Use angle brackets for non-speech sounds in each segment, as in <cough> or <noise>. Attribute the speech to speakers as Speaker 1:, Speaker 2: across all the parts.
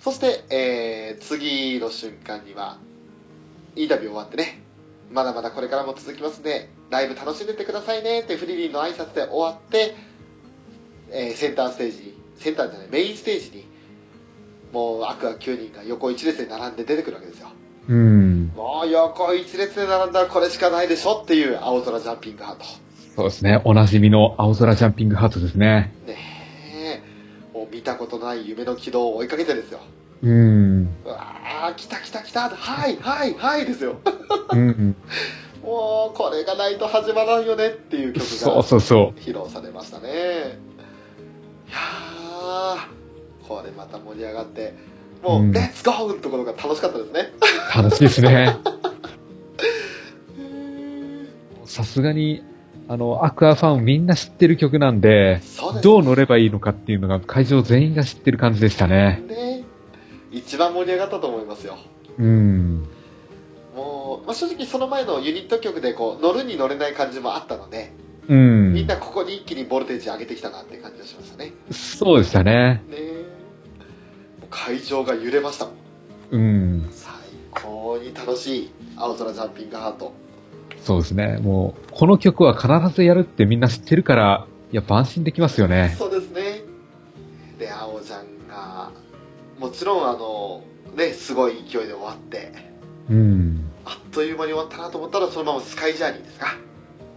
Speaker 1: そして、えー次の瞬間には、インタビュー終わってね、まだまだこれからも続きますんで、ライブ楽しんでってくださいねってフリリンの挨拶で終わって、えーセンターステージに、センターじゃない、メインステージに、もうアクア9人が横一列で並んで出てくるわけですよ。
Speaker 2: うん。
Speaker 1: もう横一列で並んだらこれしかないでしょっていう青空ジャンピングハート。
Speaker 2: そうですね。おなじみの青空ジャンピングハートですね。
Speaker 1: ねえ、もう見たことない夢の軌道を追いかけてですよ。
Speaker 2: うん。
Speaker 1: うわー、来た来た来た、はいはいはいですよ。
Speaker 2: うん。
Speaker 1: もうこれがないと始まらんよねっていう曲
Speaker 2: そう
Speaker 1: が
Speaker 2: そうそ
Speaker 1: 披露されましたね。いやー、これまた盛り上がって、も
Speaker 2: う
Speaker 1: う、
Speaker 2: ん
Speaker 1: レッツゴーのところが楽しかったですね。
Speaker 2: う。楽しいですね。さすがに、あの、アクアファンみんな知ってる曲なんで、
Speaker 1: そうです
Speaker 2: どう乗ればいいのかっていうのが会場全員が知ってる感じでしたね。
Speaker 1: ね。一番盛り上がったと思いますよ。
Speaker 2: うん。
Speaker 1: もう、まあ、正直その前のユニット曲でこう乗るに乗れない感じもあったので、
Speaker 2: うん。
Speaker 1: みんなここに一気にボルテージ上げてきたなって感じがしましたね。
Speaker 2: そうでしたね。
Speaker 1: ねえもう会場が揺れましたもん。
Speaker 2: うん。
Speaker 1: 最高に楽しい青空ジャンピングハート。
Speaker 2: そうですね。もう、この曲は必ずやるってみんな知ってるから、やっぱ安心できますよね。
Speaker 1: そうですね。で、青ちゃんが、もちろんあの、ね、すごい勢いで終わって、
Speaker 2: うん。
Speaker 1: あっという間に終わったなと思ったらそのままスカイジャーニーですか。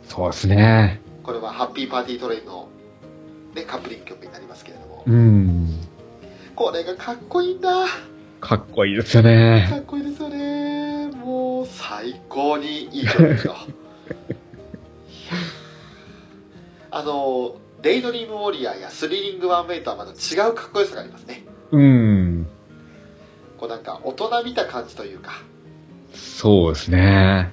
Speaker 2: そうですね。
Speaker 1: これはハッピーパーティートレインの、ね、カップリング曲になりますけれども。
Speaker 2: うん。
Speaker 1: これがかっこいいんだ。
Speaker 2: かっこいいですよ
Speaker 1: か
Speaker 2: ね。
Speaker 1: っこいいですよね。もう最高にいい曲ですよ。 <laughs> あの、デイドリームウォリアーやスリリングワンウェイとはまた違うかっこよさがありますね。
Speaker 2: うん。
Speaker 1: こうなんか大人びた感じというか、
Speaker 2: そうですね。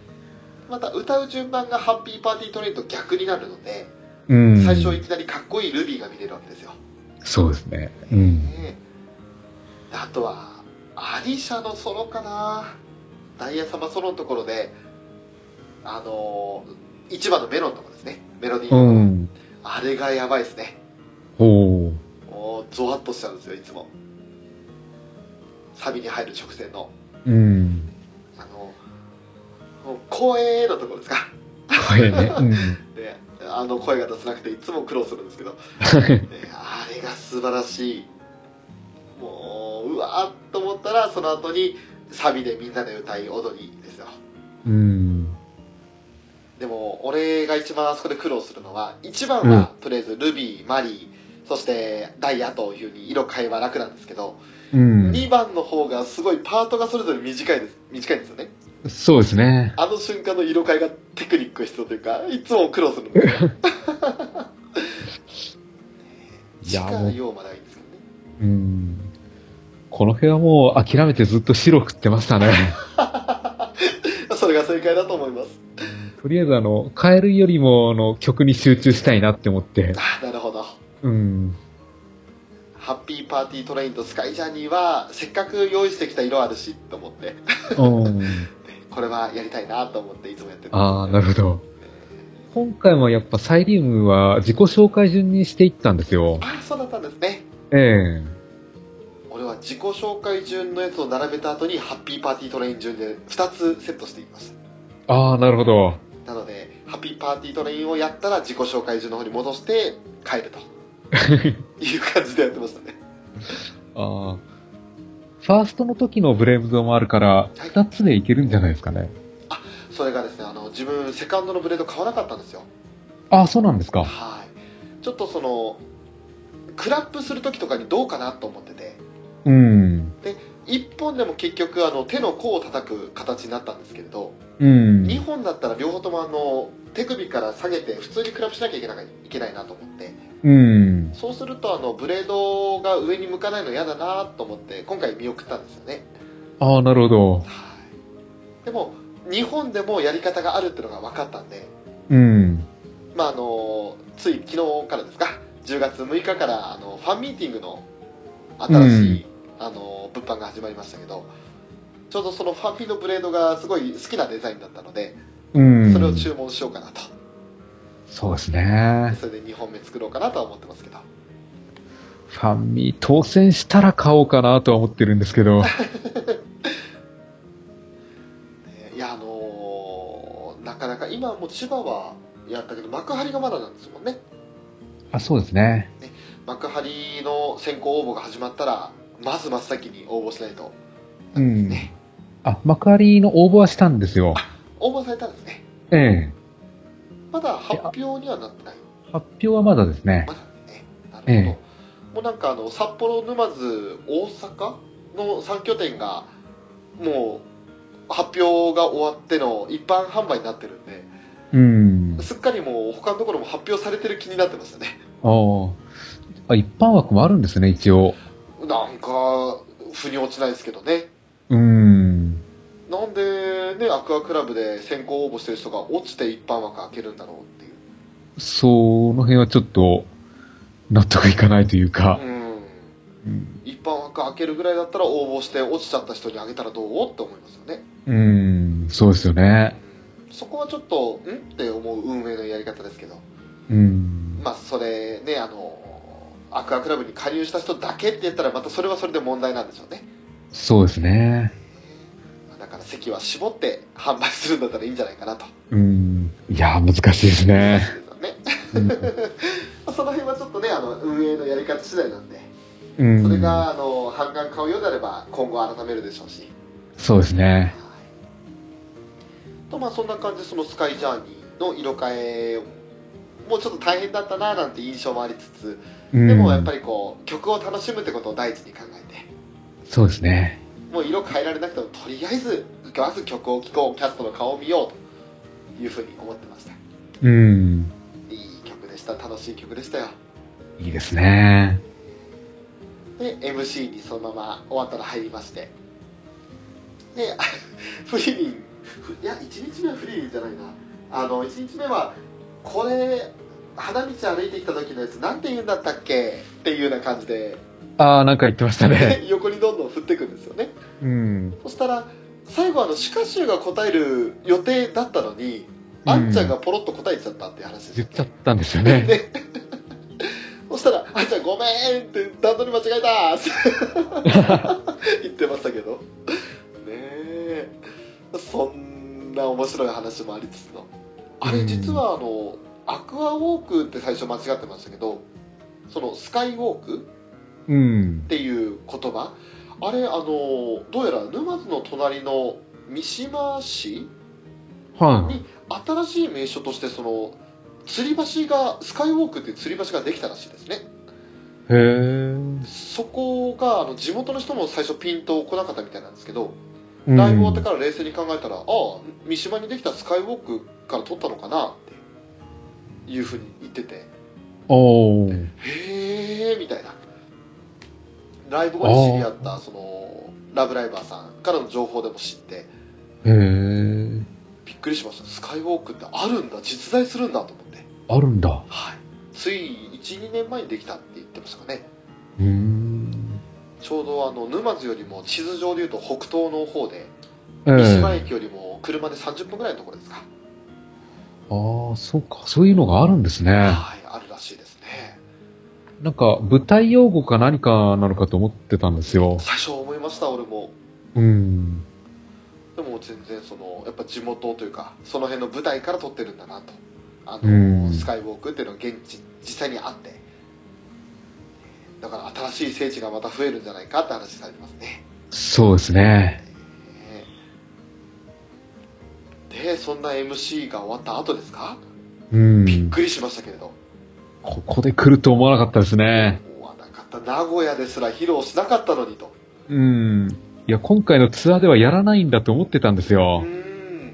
Speaker 1: また歌う順番がハッピーパーティートレインと逆になるので、
Speaker 2: うん。
Speaker 1: 最初いきなりかっこいいルビーが見れるわけですよ。
Speaker 2: そうですね。うん。
Speaker 1: ねえあとは、アリシャのソロかな。ダイヤ様ソロのところで、あのー、一番のメロンのところですね。メロディー
Speaker 2: う
Speaker 1: の、
Speaker 2: ん。
Speaker 1: あれがやばいですね。
Speaker 2: ほう。
Speaker 1: もう、ゾワッとしちゃうんですよ、いつも。サビに入る直線の。
Speaker 2: うん。
Speaker 1: あの、もう声のところですか。
Speaker 2: これね。
Speaker 1: で、あの声が出せなくていつも苦労するんですけど、ねあれが素晴らしい。もう、うわーっと思ったら、その後にサビでみんなで歌い踊りですよ。
Speaker 2: <laughs> うん。うん。
Speaker 1: でも、俺が一番あそこで苦労するのは、一番は、とりあえずルビー、マリー、そしてダイヤというふうに色変えは楽なんですけど、
Speaker 2: うん。
Speaker 1: 2番の方がすごいパートがそれぞれ短いです。短いんですよね。
Speaker 2: そうですね。
Speaker 1: あの瞬間の色変えがテクニックが必要というか、いつも苦労するんです <laughs> よ。
Speaker 2: いや
Speaker 1: 力
Speaker 2: もう
Speaker 1: 用まだいいんですけどね。
Speaker 2: うん。この辺はもう諦めてずっと白食ってましたね。
Speaker 1: <laughs> それが正解だと思います。
Speaker 2: とりあえずあの、カエルよりもあの曲に集中したいなって思って。
Speaker 1: あなるほど。
Speaker 2: うん。
Speaker 1: ハッピーパーティートレインとスカイジャーニーは、せっかく用意してきた色あるし、と思って、
Speaker 2: うん。
Speaker 1: これはやりたいなと思っていつもやってる
Speaker 2: ああ、なるほど。
Speaker 1: ど。
Speaker 2: 今回もやっぱサイリウムは自己紹介順にしていったんですよ。
Speaker 1: あそうだったんですね。
Speaker 2: ええ
Speaker 1: 俺は自己紹介順のやつを並べた後に、ハッピーパーティートレイン順で2つセットしていきました。
Speaker 2: ああ、なるほど。
Speaker 1: なので、ハッピーパーティートレインをやったら自己紹介順の方に戻して帰
Speaker 2: <laughs>
Speaker 1: ると。いう感じでやってましたね。
Speaker 2: ああ。ファーストの時のブレイブゾーンもあるから、二つでいけるんじゃないですかね。
Speaker 1: それがですね、あの、自分、セカンドのブレード買わなかったんですよ。
Speaker 2: ああ、そうなんですか。
Speaker 1: はい。ちょっとその、クラップするときとかにどうかなと思ってて、
Speaker 2: うん。
Speaker 1: 1本でも結局あの手の甲を叩く形になったんですけれど、
Speaker 2: うん。
Speaker 1: 2本だったら両方ともあの手首から下げて普通にクラップしなきゃいけないいけないなと思って、
Speaker 2: うん。
Speaker 1: そうするとあのブレードが上に向かないの嫌だなと思って、今回見送ったんですよね。
Speaker 2: ああ、なるほど。
Speaker 1: はい。でも、2本でもやり方があるっていうのが分かったんで、
Speaker 2: うん。
Speaker 1: まああのつい昨日からですか10月6日からあのファンミーティングの新しい、あの物販が始まりましたけどちょうどそのファンフィのブレードがすごい好きなデザインだったので、
Speaker 2: うん。
Speaker 1: それを注文しようかなと
Speaker 2: そうですね。
Speaker 1: それで2本目作ろうかなとは思ってますけど
Speaker 2: ファンミ当選したら買おうかなとは思ってるんです
Speaker 1: <laughs>
Speaker 2: けど、
Speaker 1: ねいやあのーなかなか今もう千葉はやったけど幕張がまだなんですもんね
Speaker 2: あそうですね。
Speaker 1: 幕張の先行応募が始まったらまず真っ先に応募しないと <laughs>
Speaker 2: うん
Speaker 1: ね。
Speaker 2: あ、幕張の応募はしたんですよ。
Speaker 1: 応募されたんですね
Speaker 2: ええ。
Speaker 1: まだ発表にはなってない
Speaker 2: 発表はまだですね
Speaker 1: ま。だねなるほど、
Speaker 2: え
Speaker 1: もうなんかあの札幌沼津大阪の3拠点がもう発表が終わっての一般販売になってるんで
Speaker 2: うん。
Speaker 1: すっかりもう他のところも発表されてる気になってましたね
Speaker 2: あーあ。一般枠もあるんですね、一応。
Speaker 1: なんか腑に落ちないですけどね
Speaker 2: うん。
Speaker 1: なんでねアクアクラブで先行応募してる人が落ちて一般枠開けるんだろうっていう
Speaker 2: その辺はちょっと、納得いかないというか。
Speaker 1: うん
Speaker 2: うん。
Speaker 1: 一般枠開けるぐらいだったら応募して落ちちゃった人にあげたらどうって思いますよね
Speaker 2: うん、そうですよね。
Speaker 1: そこはちょっとんって思う運営のやり方ですけど
Speaker 2: うん。
Speaker 1: まあそれねあのアクアクラブに加入した人だけって言ったらまたそれはそれで問題なんでしょうね
Speaker 2: そうですね。
Speaker 1: だから席は絞って販売するんだったらいいんじゃないかなと
Speaker 2: うん。いやー、難しいですね。
Speaker 1: ですよね <laughs>
Speaker 2: うん
Speaker 1: その辺はちょっとねあの運営のやり方次第なんで
Speaker 2: うん。
Speaker 1: それがあの半眼買うようであれば今後改めるでしょうし、
Speaker 2: そうですね。
Speaker 1: はいとまあ、そんな感じでそのスカイジャーニーの色変えもうちょっと大変だったななんて印象もありつつでもやっぱ
Speaker 2: り。
Speaker 1: りこう曲を楽しむってことを第一に考えて
Speaker 2: そうですね。
Speaker 1: もう色変えられなくてもとりあえずまず曲を聴こうキャストの顔を見ようというふうに思ってました
Speaker 2: うん。
Speaker 1: いい曲でした楽しい曲でしたよ
Speaker 2: いいですね。
Speaker 1: で MC にそのまま終わったら入りましてで <laughs> フリーリンふいや1日目はフリーリンじゃないなあの1日目はこれ花道歩いてきた時のやつなんて言うんだったっけっていうような感じで、
Speaker 2: ああ、なんか言ってました
Speaker 1: <laughs>
Speaker 2: ね。
Speaker 1: 横にどんどん振っていくんですよね
Speaker 2: うん。
Speaker 1: そしたら最後あのシカシューが答える予定だったのにあんちゃんがポロッと答えちゃったっていう話で
Speaker 2: 言っ
Speaker 1: す、
Speaker 2: ちゃったんですよね。
Speaker 1: <laughs> でそしたら「あんちゃんごめん」って段取り間違えたって言ってましたけどねえそんな面白い話もありつつのあれ実はあの、アクアウォークって最初間違ってましたけどそのスカイウォーク
Speaker 2: うん
Speaker 1: っ。ていう言葉あれあのどうやら沼津の隣の三島市
Speaker 2: はい。
Speaker 1: 新しい名所としてその吊り橋がスカイウォークっていう吊り橋ができたらしいですね
Speaker 2: へえ。
Speaker 1: そこがあの地元の人も最初ピンと来なかったみたいなんですけど、
Speaker 2: うん
Speaker 1: ライブ終わってから冷静に考えたらああ三島にできたスカイウォークから取ったのかなっていうふうに言ってて
Speaker 2: おー
Speaker 1: へえみたいなライブ後に知り合ったそのラブライバーさんからの情報でも知って
Speaker 2: へえ。
Speaker 1: びっくりしましたスカイウォークってあるんだ実在するんだと思って、
Speaker 2: あるんだ。
Speaker 1: はい、つい12年前にできたって言ってましたかね
Speaker 2: うーん。
Speaker 1: ちょうどあの沼津よりも地図上でいうと北東の方で
Speaker 2: ええ
Speaker 1: 三島駅よりも車で30分ぐらいのところですか、
Speaker 2: ああ、そうか。そういうのがあるんですね。
Speaker 1: はいあるらしいですね
Speaker 2: なんか、舞台用語か何かなのかと思ってたんですよ。
Speaker 1: 最初思いました俺も
Speaker 2: うん。
Speaker 1: でも全然そのやっぱ地元というかその辺の舞台から撮ってるんだなとあ
Speaker 2: う
Speaker 1: の
Speaker 2: ん
Speaker 1: スカイウォークっていうのが現地実際にあってだから新しい聖地がまた増えるんじゃないかって話されてますね
Speaker 2: そうですね。
Speaker 1: でそんな MC が終わった後ですか、
Speaker 2: う
Speaker 1: びっ
Speaker 2: ん。
Speaker 1: くりしましたけれど
Speaker 2: ここで来ると思わなかったですね。
Speaker 1: 終わらなかった名古屋ですら披露しなかったのにと
Speaker 2: うん。いや、今回のツアーではやらないんだと思ってたんで
Speaker 1: う
Speaker 2: すよ。
Speaker 1: ん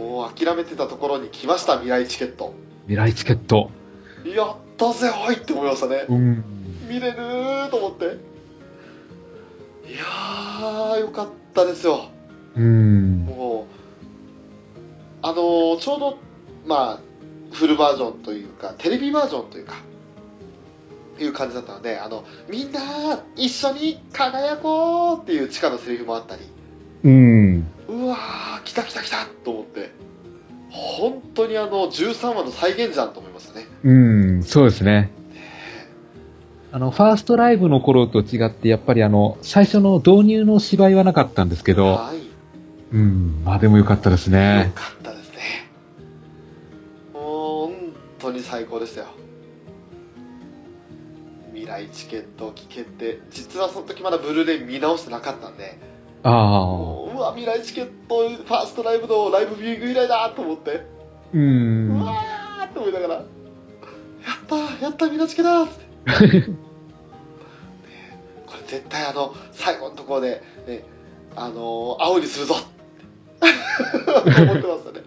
Speaker 1: もう諦めてたところに来ました未来チケット
Speaker 2: 未来チケット。
Speaker 1: やったぜはいって思いましたね
Speaker 2: うん。
Speaker 1: 見れるーと思っていやーよかったですよ
Speaker 2: うん。
Speaker 1: もうあのーちょうどまあフルバージョンというかテレビバージョンというかいう感じだったのであのみんな一緒に輝こうっていう地下のセリフもあったり
Speaker 2: うん。
Speaker 1: うわー来た来た来たと思って本当にあの13話の再現じゃんと思いましたね
Speaker 2: うん、そうですね。あの、ファーストライブの頃と違って、やっぱりあの、最初の導入の芝居はなかったんですけど、
Speaker 1: はい。
Speaker 2: うん、まあでもよかったです
Speaker 1: よ
Speaker 2: ね。
Speaker 1: かったですね。もう本当に最高でしたよ。未来チケットを聞けて、実はその時まだブルーレイ見直してなかったんで、
Speaker 2: ああ、
Speaker 1: もううわ、未来チケット、ファーストライブのライブビューイング以来だと思って、う
Speaker 2: う。
Speaker 1: んわーって思いながら、やったー、やった、未来チケだーって。 <laughs> これ絶対あの、最後のところで、ね、あのー青にするぞって思ってましたね。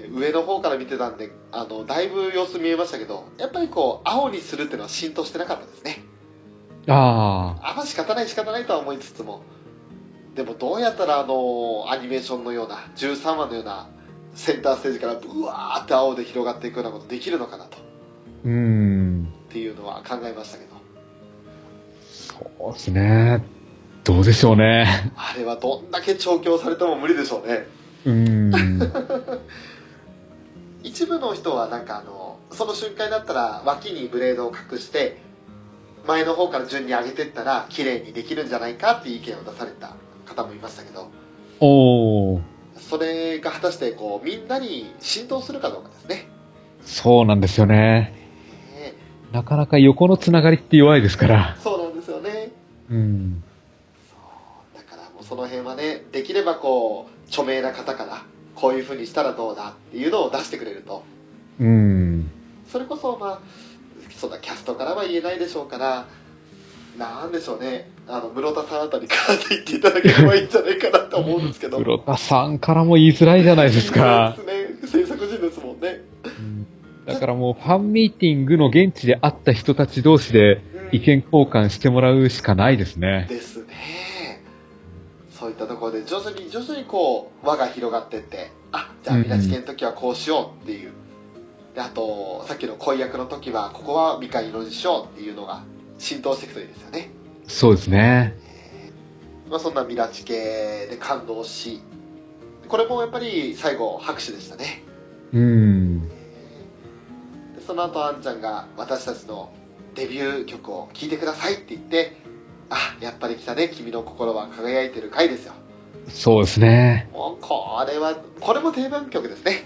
Speaker 1: で上の方から見てたんで、あの、だいぶ様子見えましたけど、やっぱりこう、青にするっていうのは浸透してなかったですね。
Speaker 2: ああ、
Speaker 1: あ、まあ仕方ない仕方ないとは思いつつも、でもどうやったらあの、アニメーションのような、13話のような、センターステージからブワーって青で広がっていくようなことできるのかなと、
Speaker 2: うん。
Speaker 1: っていうのは考えましたけど。
Speaker 2: そうですね。どうでしょうね。
Speaker 1: あれはどんだけ調教されても無理でしょうね。
Speaker 2: うん。
Speaker 1: 一部の人はなんかあの、その瞬間だったら脇にブレードを隠して、前の方から順に上げてったら綺麗にできるんじゃないかっていう意見を出された方もいましたけど、
Speaker 2: <laughs> おー、
Speaker 1: それが果たしてこう、みんなに浸透するかどうかですね。
Speaker 2: そうなんですよね。
Speaker 1: ね
Speaker 2: なかなか横のつながりって弱いですから。
Speaker 1: そうなんですよね。
Speaker 2: うん。
Speaker 1: だからもうその辺はね、できればこう、著名な方から、こういう風にしたらどうだっていうのを出してくれると、
Speaker 2: うん。
Speaker 1: それこそまあそんなキャストからは言えないでしょうからなんでしょうねあの室田さんあたりからって言っていただければいいんじゃないかなと思うんですけど
Speaker 2: 黒田さんからも言いづらいじゃないですか。
Speaker 1: そうですね制作人ですもんね、
Speaker 2: だからもうファンミーティングの現地で会った人たち同士で
Speaker 1: うん
Speaker 2: 意見交換してもらうしかないですね。
Speaker 1: ですねそういったところで徐々に徐々にこう輪が広がってってあじゃあ
Speaker 2: うん
Speaker 1: みなちけの時はこうしようっていう、であとさっきの恋役の時はここはみかん色にしようっていうのが浸透していくといいですよね
Speaker 2: そうですね。
Speaker 1: まあ、そんなミラチ系で感動しこれもやっぱり最後拍手でしたね
Speaker 2: うん。
Speaker 1: でその後あんちゃんが私たちのデビュー曲を聴いてくださいって言ってあやっぱり来たね君の心は輝いてる回ですよ
Speaker 2: そうですね。
Speaker 1: もうこれはこれも定番曲ですね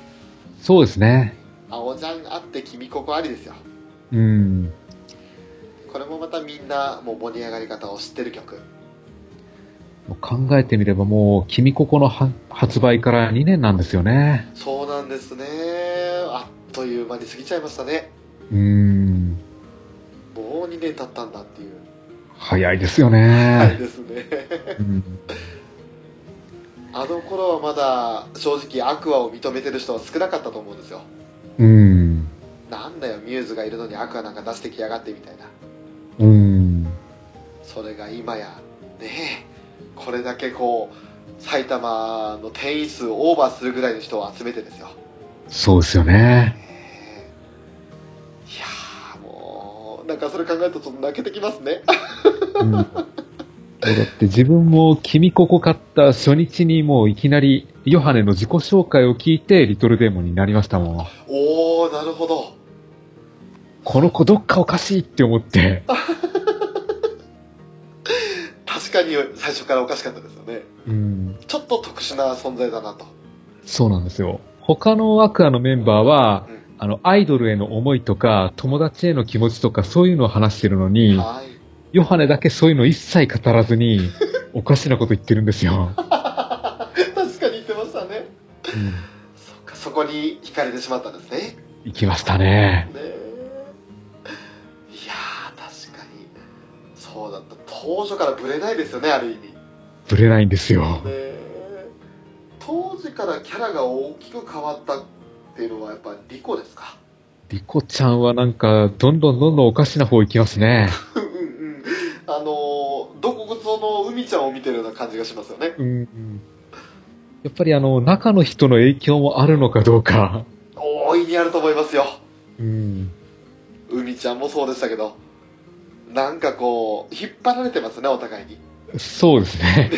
Speaker 2: そうですね。
Speaker 1: 青ちゃんあって君ここありですよ
Speaker 2: うん。
Speaker 1: これもまたみんなもう盛り上がり方を知ってる曲
Speaker 2: もう考えてみればもう、君ここのは発売から2年なんですよね。
Speaker 1: そうなんですねあっという間に過ぎちゃいましたね
Speaker 2: うん。
Speaker 1: もう2年経ったんだっていう
Speaker 2: 早いですよ
Speaker 1: あれ
Speaker 2: ね。
Speaker 1: ですね
Speaker 2: うん
Speaker 1: あの頃はまだ正直アクアを認めてる人は少なかったと思うんですよ。
Speaker 2: うん。
Speaker 1: なんだよ、ミューズがいるのにアクアなんか出してきやがってみたいな。
Speaker 2: うん。
Speaker 1: それが今や、ねえ、これだけこう、埼玉の定員数をオーバーするぐらいの人を集めてですよ。
Speaker 2: そうですよね。
Speaker 1: ねえいやーもう、なんかそれ考えるとちょっと泣けてきますね。
Speaker 2: うん、だって自分も君ここ買った初日にもういきなりヨハネの自己紹介を聞いてリトルデーモンになりましたもん。
Speaker 1: <laughs> おー、なるほど。
Speaker 2: この子どっかおかしいって思って。
Speaker 1: 確かに最初からおかしかったですよね。
Speaker 2: うん、
Speaker 1: ちょっと特殊な存在だなと。
Speaker 2: そうなんですよ。他のアクアのメンバーは
Speaker 1: うん、
Speaker 2: あの、アイドルへの思いとか、友達への気持ちとか、そういうのを話してるのに、
Speaker 1: はい。
Speaker 2: ヨハネだけそういうの一切語らずに、おかしなこと言ってるんですよ。
Speaker 1: <laughs> 確かに言ってましたね。
Speaker 2: うん
Speaker 1: そっかそこに惹かれてしまったんですね。ね
Speaker 2: 行きましたね。
Speaker 1: えいやー、確かに。そうだった。当初からブレないですよね、ある意味。ね
Speaker 2: ぶれないんですよ。
Speaker 1: え当時からキャラが大きく変わったっていうのはやっぱリコですか。
Speaker 2: リコちゃんはなんか、どんどんどんどんおかしな方行きま
Speaker 1: <laughs>
Speaker 2: すね。
Speaker 1: うんうんうん。あのー、どこその海ちゃんを見てるような感じがしますよね。
Speaker 2: うん。やっぱりあの、中の人の影響もあるのかどうか。
Speaker 1: 大いにあると思いますよ。
Speaker 2: うん。
Speaker 1: 海ちゃんもそうでしたけど。なんかこう、引っ張られてますね、お互いに。
Speaker 2: そうですね。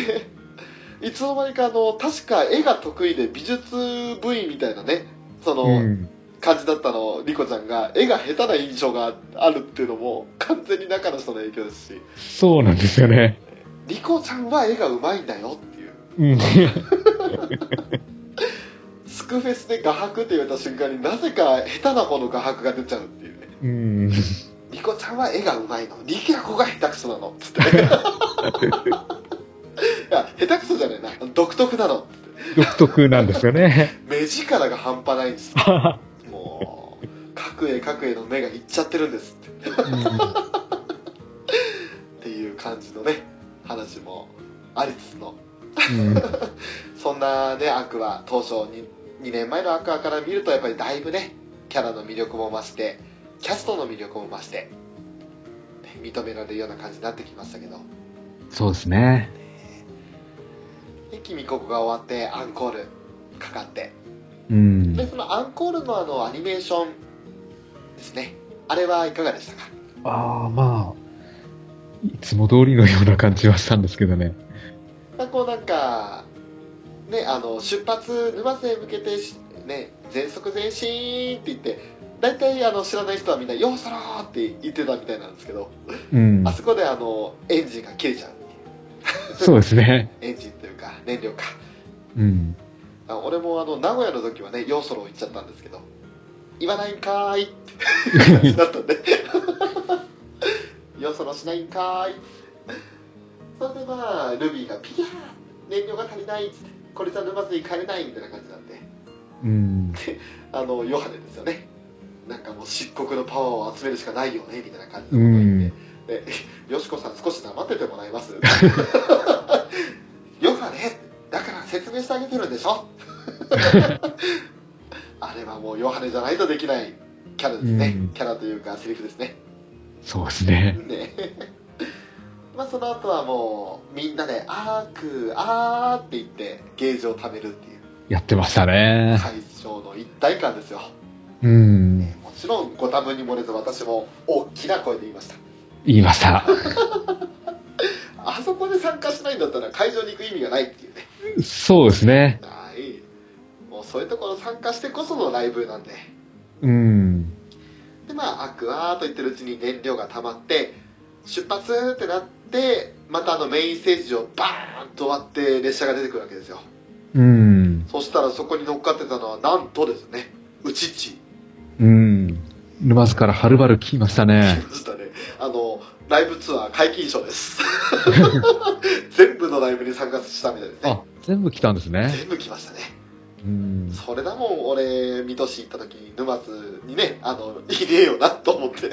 Speaker 1: いつの間にかあの確か絵が得意で美術部員みたいなねその、
Speaker 2: うん。
Speaker 1: 感じだったのをリコちゃんが絵が下手な印象があるっていうのも完全に中の人の影響ですし
Speaker 2: そうなんですよね。
Speaker 1: リコちゃんは絵が上手いんだよっていう
Speaker 2: うん。
Speaker 1: スクフェスで画伯って言われた瞬間になぜか下手な方の画伯が出ちゃうっていうね
Speaker 2: うん。
Speaker 1: リコちゃんは絵が上手いのリキラコが下手くそなのつっていや下手くそじゃねえな独特なの
Speaker 2: 独特なんですよね。
Speaker 1: 目力が半端ないんです
Speaker 2: うん
Speaker 1: もう各絵各絵の目がいっちゃってるんですってっていう感じのね話もありつつの
Speaker 2: うん
Speaker 1: そんなねアクア当初に2年前のアクアから見るとやっぱりだいぶねキャラの魅力も増してキャストの魅力も増して、ね認められるような感じになってきましたけど
Speaker 2: <laughs> そうですね。
Speaker 1: で「君ここ」が終わってアンコールかかって
Speaker 2: うん。
Speaker 1: でそのアンコールのあのアニメーションですねあれはいかがでしたか
Speaker 2: ああ、まあ、いつも通りのような感じはしたんですけどね。
Speaker 1: まあこうなんか、ね、あの出発沼津へ向けてし、ね、全速前進って言って大体あの知らない人はみんな「ようそろ!」って言ってたみたいなんですけど、
Speaker 2: うん
Speaker 1: あ。そこであのエンジンが切れちゃう
Speaker 2: そうですね。
Speaker 1: エンジンというか燃料か
Speaker 2: うん。
Speaker 1: あ俺もあの名古屋の時はね「ようそろ」行っちゃったんですけど「言わないんかーい」って感じだったんで「 <laughs> ようそろしないんかーい」それでまあルビーが「ピヤー燃料が足りない」っつって「これじゃ沼津に帰れない」みたいな感じなんで
Speaker 2: <laughs> うん。
Speaker 1: あのヨハネですよねなんかもう漆黒のパワーを集めるしかないよねみたいな感じのこと
Speaker 2: う
Speaker 1: を言っ
Speaker 2: ん
Speaker 1: て。で「よしこさん少し黙っててもらえます? 」 <laughs> よかねだから説明してあげてるんでしょ <laughs> あれはもうヨハネじゃないとできないキャラですね、
Speaker 2: うん
Speaker 1: キャラというかセリフですね
Speaker 2: そうですね。
Speaker 1: ねまあその後はもうみんなで「あーくあー」って言ってゲージを貯めるっていう
Speaker 2: やってましたね。
Speaker 1: 会場の一体感ですよ、
Speaker 2: うん。
Speaker 1: ねもちろんご多分に漏れず私も大きな声で言いました
Speaker 2: 言いました。
Speaker 1: あそこで参加しないんだったら会場に行く意味がないっていうね
Speaker 2: そうですね。
Speaker 1: はいもうそういうところ参加してこそのライブなんで
Speaker 2: うん。
Speaker 1: でまあアクアーと言ってるうちに燃料が溜まって出発ってなってまたあのメインステージをバーンと割って列車が出てくるわけですよ
Speaker 2: うん。
Speaker 1: そしたらそこに乗っかってたのはなんとですねうちっち
Speaker 2: うん。沼津からはるばる来ましたね。
Speaker 1: ましたねあのライブツアー解禁賞です <laughs> 全部のライブに参加したみたいですね
Speaker 2: あ、全部来たんですね。
Speaker 1: 全部来ましたね
Speaker 2: うん。
Speaker 1: それだもん俺水戸市行った時に沼津にねあのいねえよなと思って <laughs> い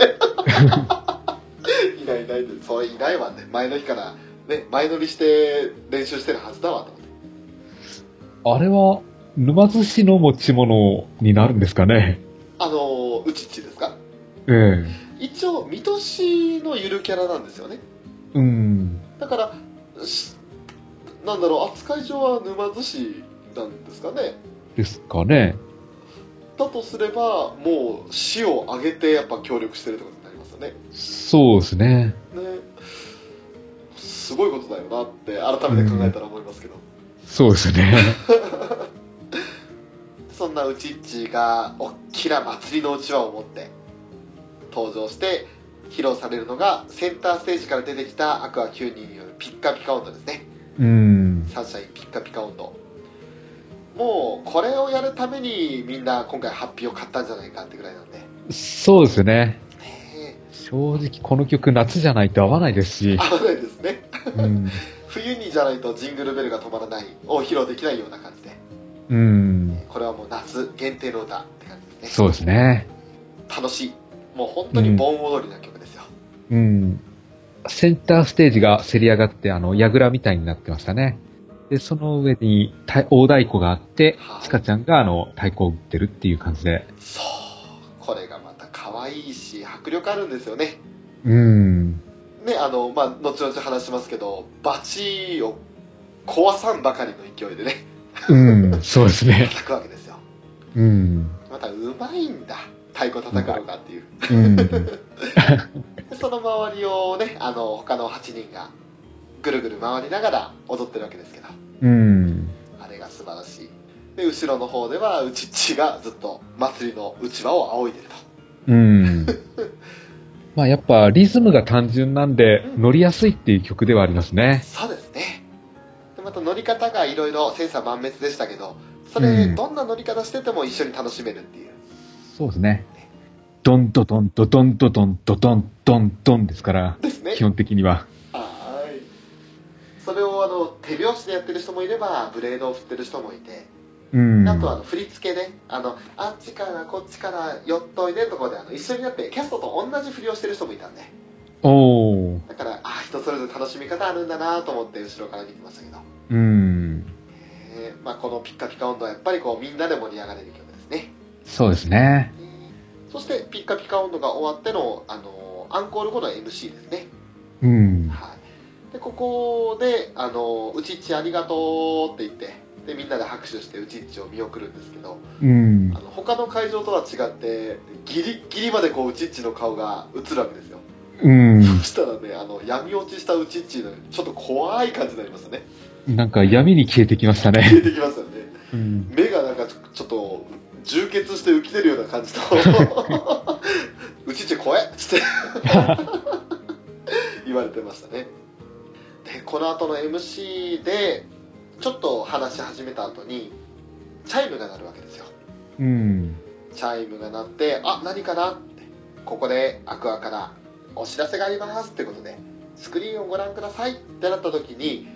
Speaker 1: ないいないでそれいないわね前の日からね前乗りして練習してるはずだわと思って
Speaker 2: あれは、沼津市の持ち物になるんですかね。
Speaker 1: あのうちっちですか
Speaker 2: ええ。
Speaker 1: 一応水戸市のゆるキャラなんですよね
Speaker 2: うん。
Speaker 1: だからしなんだろう扱い上は沼津市なんですかね
Speaker 2: ですかね。
Speaker 1: だとすればもう市を挙げてやっぱ協力してるってことになりますよね
Speaker 2: そうです
Speaker 1: ね、
Speaker 2: ね。
Speaker 1: すごいことだよなって改めて考えたら思いますけど、
Speaker 2: そうですね。
Speaker 1: そんなうちっちがおっきな祭りのうちわを持って登場して披露されるのがセンターステージから出てきたアクア9人によるピッカピカ音頭ですね
Speaker 2: <laughs> うん。
Speaker 1: サンシャインピッカピカ音頭もうこれをやるためにみんな今回ハッピーを買ったんじゃないかってぐらいなんで、ね
Speaker 2: そうですね。
Speaker 1: え
Speaker 2: 正直この曲夏じゃないと合わないですし。
Speaker 1: 合わないですね
Speaker 2: うん。
Speaker 1: 冬にじゃないとジングルベルが止まらないを披露できないような感じで
Speaker 2: うん。
Speaker 1: これはもう夏限定の歌って感じですね
Speaker 2: そうですね。
Speaker 1: 楽しいもう本当に盆踊りな曲ですよ、
Speaker 2: うん。センターステージがせり上がって、あの、櫓みたいになってましたね。で、その上に太大太鼓があって
Speaker 1: は、い
Speaker 2: チカちゃんがあの、太鼓を打ってるっていう感じで。
Speaker 1: そうこれがまた可愛いし迫力あるんですよね
Speaker 2: うん。
Speaker 1: ねあのまあ後々話しますけどバチを壊さんばかりの勢いでね <laughs>
Speaker 2: うん。そうですね。
Speaker 1: 叩くわけですよ
Speaker 2: うん。
Speaker 1: またうまいんだ太鼓叩くのがっていう
Speaker 2: うん。
Speaker 1: でその周りをねあの他の8人がぐるぐる回りながら踊ってるわけですけど
Speaker 2: うん。
Speaker 1: あれが素晴らしいで後ろの方ではうちっちがずっと祭りのうちわを仰いでると
Speaker 2: うん。まあやっぱリズムが単純なんで乗りやすいっていう曲ではありますね。
Speaker 1: そうですねでまた乗り方がいろいろ千差万別でしたけどそうれ
Speaker 2: ん
Speaker 1: どんな乗り方してても一緒に楽しめるっていう、
Speaker 2: そうですね。ドンドドンドドンドドンドドンドンドンですから、
Speaker 1: ですね
Speaker 2: 基本的には。
Speaker 1: はーいそれをあの手拍子でやってる人もいればブレードを振ってる人もいて、
Speaker 2: うん。
Speaker 1: あとはあの振り付けねあのあっちからこっちから寄っといでのところであの一緒になってキャストと同じ振りをしてる人もいたんで
Speaker 2: おー。
Speaker 1: だからあー人それぞれ楽しみ方あるんだなと思って後ろから見てましたけど、
Speaker 2: うん。
Speaker 1: えーまあ、この「ピッカピカ音頭」はやっぱりこうみんなで盛り上がれる曲ですね
Speaker 2: そうですね。
Speaker 1: そして「ピッカピカ音頭」が終わっての、あのーアンコール後の MC ですね、
Speaker 2: うん。
Speaker 1: はい、でここで、あのーうちっちありがとう」って言ってでみんなで拍手してうちっちを見送るんですけど
Speaker 2: うん
Speaker 1: あ。の他の会場とは違ってギリギリまでこううちっちの顔が映るわけですよ
Speaker 2: うん。
Speaker 1: そしたらねあの闇落ちしたうちっちのちょっと怖い感じになりましたね
Speaker 2: <laughs> なんか闇に消えてきましたね。
Speaker 1: 出てきましたよね
Speaker 2: うん。
Speaker 1: 目がなんかちょちょっと充血して浮き出るような感じとうちっち怖えっつって
Speaker 2: <laughs>
Speaker 1: 言われてましたねでこの後の MC でちょっと話し始めた後にチャイムが鳴るわけですよ
Speaker 2: うん。
Speaker 1: チャイムが鳴ってあ何かなってここでアクアからお知らせがありますってことでスクリーンをご覧くださいってなった時に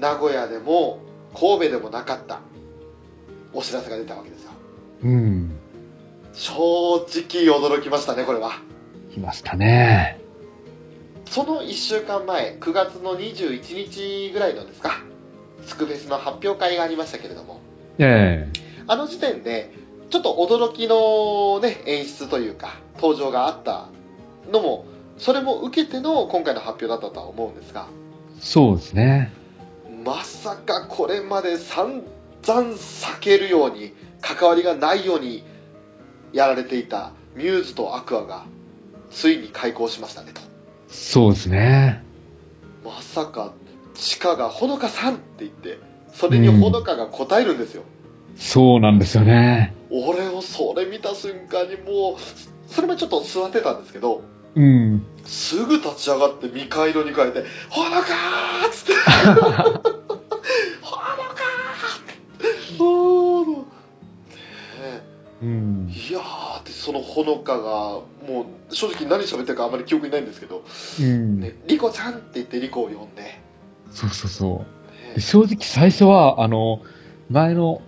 Speaker 1: 名古屋でも神戸でもなかったお知らせが出たわけですよ
Speaker 2: うん。
Speaker 1: 正直驚きましたねこれは
Speaker 2: 来ましたね。
Speaker 1: その1週間前9月の21日ぐらいのですかスクフェスの発表会がありましたけれども
Speaker 2: ええ
Speaker 1: あの時点で、ちょっと驚きのね、演出というか、登場があったのも、それも受けての今回の発表だったとは思うんですが、
Speaker 2: そうですね。
Speaker 1: まさかこれまで散々避けるように、関わりがないようにやられていたミューズとアクアが、ついに開校しましたねと。
Speaker 2: そうですね。
Speaker 1: まさか、チカがほのかさんって言って、それにほのかが答えるんですよ。
Speaker 2: そうなんですよね。
Speaker 1: 俺をそれ見た瞬間にもうそれまでちょっと座ってたんですけど
Speaker 2: うん。
Speaker 1: すぐ立ち上がって未開色に変えて「ほのかー!」っつって「ほのかー!」おーね
Speaker 2: うん
Speaker 1: え。いやーってそのほのかがもう正直何喋ってるかあまり記憶にないんですけど「
Speaker 2: うん。
Speaker 1: ね、リコちゃん」って言ってリコを呼んで、ね
Speaker 2: そうそうそう。
Speaker 1: え
Speaker 2: で正直最初は、あの、前の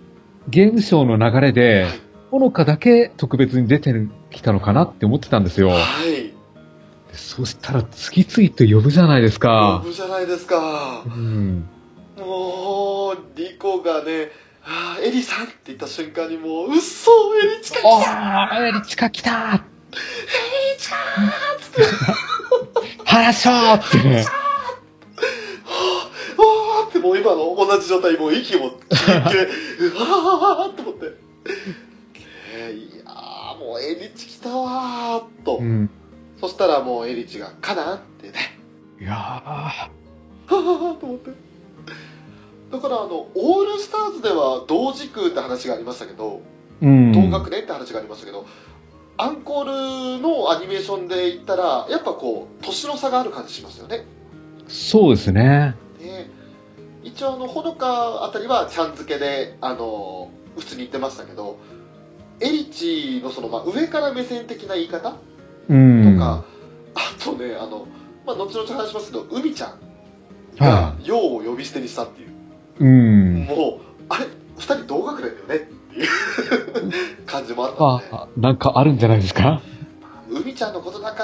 Speaker 2: ゲームショーの流れで
Speaker 1: はい、
Speaker 2: ほのかだけ特別に出てきたのかなって思ってたんですよ。
Speaker 1: はい
Speaker 2: でそしたら次々と呼ぶじゃないです
Speaker 1: ラ
Speaker 2: か。
Speaker 1: ブじゃないですか
Speaker 2: うん。
Speaker 1: もうリコがね「あーエリさん」って言った瞬間にもう「うっそエリ近
Speaker 2: お
Speaker 1: い!」
Speaker 2: ー、エリチカ来た <laughs> ーエリチカー話しようってね。
Speaker 1: <laughs> はあ、あーってもう今の同じ状態もう息も聞いてうわーって思って、ねえいやーもうエリチ来たわーっと、
Speaker 2: うん。
Speaker 1: そしたらもうエリチが「カナン?」ってね
Speaker 2: いや
Speaker 1: はあと思ってだからあのオールスターズでは同時空って話がありましたけど
Speaker 2: ー。うん。
Speaker 1: 同学年って話がありましたけど、アンコールのアニメーションで言ったらやっぱこう年の差がある感じしますよね
Speaker 2: そうですね。
Speaker 1: ね一応あのほのかあたりはちゃん付けであの普通に言ってましたけどエリチのその、まあ、上から目線的な言い方とか、
Speaker 2: うん。
Speaker 1: あとねあの、まあ、後々話しますけど海ちゃんが
Speaker 2: は
Speaker 1: 陽を呼び捨てにしたっていう、
Speaker 2: い。うん。
Speaker 1: もうあれ2人同学年だよねっていう <laughs> 感じもあったん
Speaker 2: あ
Speaker 1: で、
Speaker 2: あなんかあるんじゃないですか
Speaker 1: 海ちゃんのことだか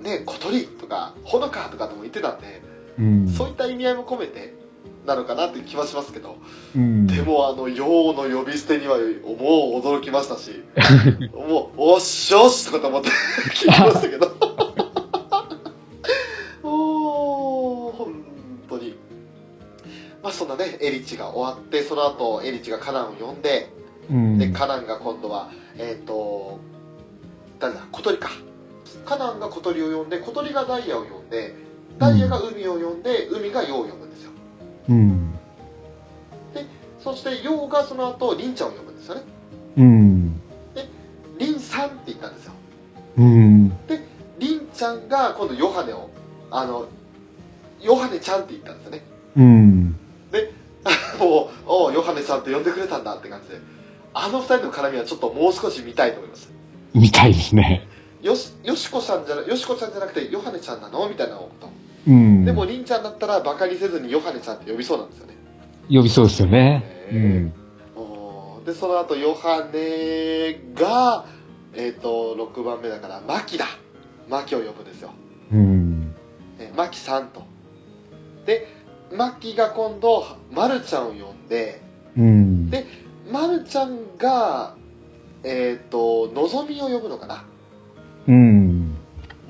Speaker 1: らね小鳥とかほのかとかでも言ってたんで、
Speaker 2: うん。
Speaker 1: そういった意味合いも込めてなのかなって気はしますけど
Speaker 2: うん。
Speaker 1: でもあの陽の呼び捨てにはもう驚きました
Speaker 2: <laughs>
Speaker 1: しもうおっしょっしとかと思って聞きましたけど <laughs> おー本当にまあそんなねエリチが終わってその後エリチがカナンを呼んで、
Speaker 2: うん。
Speaker 1: でカナンが今度はえっ、と誰だ小鳥かカナンが小鳥を呼んで小鳥がダイヤを呼んでダイヤが海を呼んで海が陽を呼ぶんですよ
Speaker 2: うん。
Speaker 1: そそして、ヨウがその後、リンちゃんを呼ぶんですよね。
Speaker 2: うん。
Speaker 1: リンさんって言ったんですよ。
Speaker 2: うん。
Speaker 1: リンちゃんが今度ヨハネを、あの、ヨハネちゃんって言ったんですよね。 <laughs>
Speaker 2: うん。
Speaker 1: もう、おうヨハネさんって呼んでくれたんだって感じで。あの二人の絡みはちょっともう少し見たいと思います。
Speaker 2: みたいですね。
Speaker 1: よし、よしこさんじゃな、よしこちゃんじゃなくて、ヨハネちゃんなのみたいなこと。
Speaker 2: うん。
Speaker 1: でも、、りんちゃんだったら、バカにせずにヨハネちゃんって呼びそうなんですよね。
Speaker 2: 呼びそうですよね。う
Speaker 1: ね
Speaker 2: ん。
Speaker 1: おーで、その後、ヨハネが、えっ、と、6番目だから、マキだ。マキを呼ぶんですよ。
Speaker 2: うん。
Speaker 1: えーマキさんと。で、マキが今度、マルちゃんを呼んで、
Speaker 2: うん。
Speaker 1: でマルちゃんが、えっ、と、のぞみを呼ぶのかな。
Speaker 2: うん。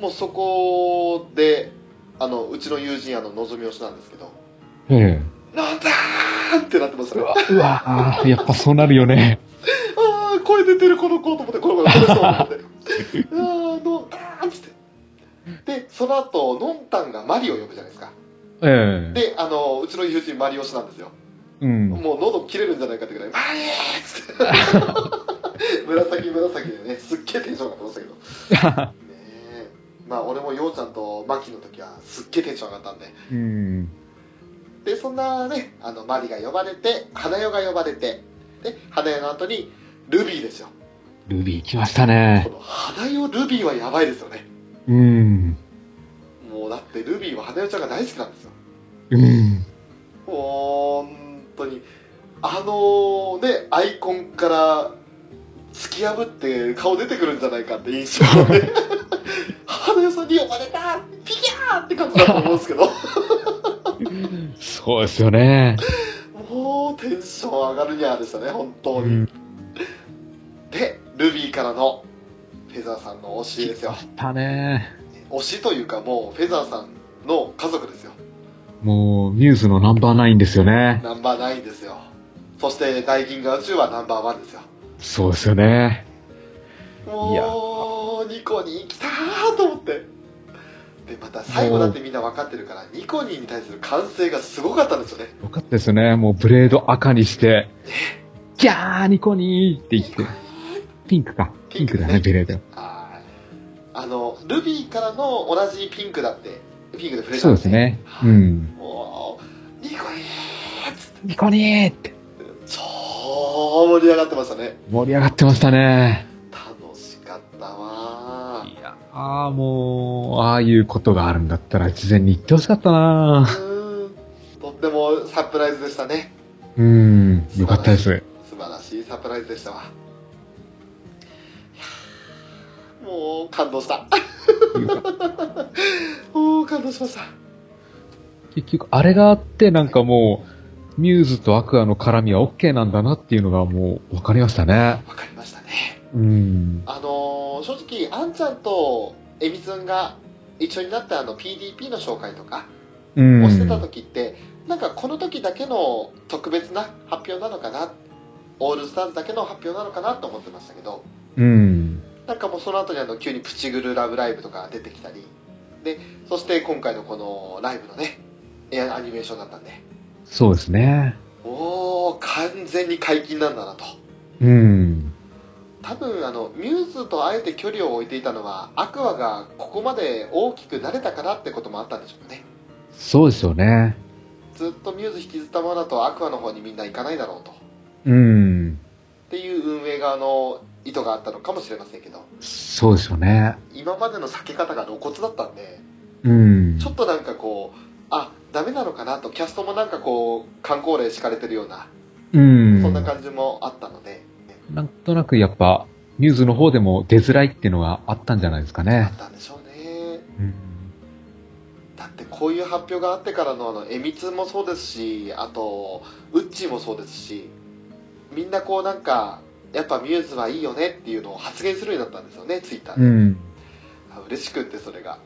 Speaker 1: もうそこで、あの、うちの友人、あの、のぞみ推しなんですけど、
Speaker 2: ええ。
Speaker 1: なんだーってなってました
Speaker 2: う
Speaker 1: ね。
Speaker 2: わ、うわ、あーやっぱそうなるよね。
Speaker 1: あー、声出てる、この子と思って、この子、この子と思って。あー、の、あーっつって。で、その後、のんたんがマリを呼ぶじゃないですか。
Speaker 2: ええ。
Speaker 1: で、あの、うちの友人、マリ推しなんですよ。
Speaker 2: うん。
Speaker 1: もう喉切れるんじゃないかってぐらい、マリーっつって。紫紫でね、すっげえテンション上がってましたけど。ねえ。まあ、俺もようちゃんとマキの時は、すっげえテンション上がったんで。
Speaker 2: うん。
Speaker 1: でそんなねあのマリが呼ばれて花代が呼ばれてで花代の後にルビーですよ
Speaker 2: ルビー来ました
Speaker 1: こ
Speaker 2: ね。
Speaker 1: の花代ルビーはやばいですよね
Speaker 2: うん。
Speaker 1: もうだってルビーは花代ちゃんが大好きなんですよ
Speaker 2: うん。
Speaker 1: ほんとにあのねアイコンから突き破って顔出てくるんじゃないかって印象で花代さんに呼ばれたピギャーって感じだと思うんですけど
Speaker 2: そうですよね。
Speaker 1: もうテンション上がるにゃーでしたね本当に、
Speaker 2: うん。
Speaker 1: でルビーからのフェザーさんの推しですよ
Speaker 2: 来たね。
Speaker 1: 推しというかもうフェザーさんの家族ですよ
Speaker 2: もう、ミューズのナンバーナインですよね。
Speaker 1: ナンバーナインですよそして大銀河宇宙はナンバーワンですよ
Speaker 2: そうですよね。いや
Speaker 1: もうニコニー来たーと思ってでまた最後だってみんな分かってるからニコニーに対する歓声がすごかったんですよね
Speaker 2: よかったですよね。もうブレード赤にして、ギャーニコニーって言って。ピンクか。ピンクだね、ブレード。
Speaker 1: はいあのルビーからの同じピンクだってピンクで触れた
Speaker 2: そ
Speaker 1: ん
Speaker 2: うですね。
Speaker 1: は
Speaker 2: う
Speaker 1: い
Speaker 2: ん。
Speaker 1: もうニコニーっつって
Speaker 2: ニコニーって。
Speaker 1: 超盛り上がってましたね
Speaker 2: 盛り上がってましたね。
Speaker 1: 楽しかったわー
Speaker 2: いやあもう、ああいうことがあるんだったら事前に言ってほしかったなー
Speaker 1: うーんとってもサプライズでしたね
Speaker 2: うん。よかったです。
Speaker 1: 素晴らしいサプライズでしたわいやーもう感動したもう感動しました
Speaker 2: 結局、あれがあって、なんかもう、ミューズとアクアの絡みは OK なんだなっていうのがもう分かりましたね。
Speaker 1: わかりましたね
Speaker 2: うん。
Speaker 1: あのー正直あんちゃんとえみつんが一緒になってあの PDP の紹介とか
Speaker 2: うん。
Speaker 1: をしてた時って、なんかこの時だけの特別な発表なのかなオールスターズだけの発表なのかなと思ってましたけど
Speaker 2: うん。
Speaker 1: なんかもうその後にあの急にプチグルラブライブとか出てきたりでそして今回のこのライブのねえアニメーションだったんで
Speaker 2: そうですね。
Speaker 1: おお完全に解禁なんだなと
Speaker 2: うん。
Speaker 1: 多分あのミューズとあえて距離を置いていたのはアクアがここまで大きくなれたからってこともあったんでしょうね
Speaker 2: そうですよね。
Speaker 1: ずっとミューズ引きずったままだとアクアの方にみんな行かないだろうと
Speaker 2: うん。
Speaker 1: っていう運営側の意図があったのかもしれませんけど
Speaker 2: そうですよね。
Speaker 1: 今までの避け方が露骨だったんで
Speaker 2: うん。
Speaker 1: ちょっとなんかこうあダメなのかなとキャストもなんかこう観光令敷かれてるような
Speaker 2: うん。
Speaker 1: そんな感じもあったので、
Speaker 2: なんとなくやっぱ、ミューズの方でも出づらいっていうのがあったんじゃないですか
Speaker 1: あ
Speaker 2: ね
Speaker 1: っ。たんでしょうね
Speaker 2: うん。
Speaker 1: だってこういう発表があってからのあのえみつもそうですしあとウッチーもそうですしみんなこうなんかやっぱミューズはいいよねっていうのを発言するようになったんですよねツイッターで、
Speaker 2: うん。
Speaker 1: あ嬉しくってそれが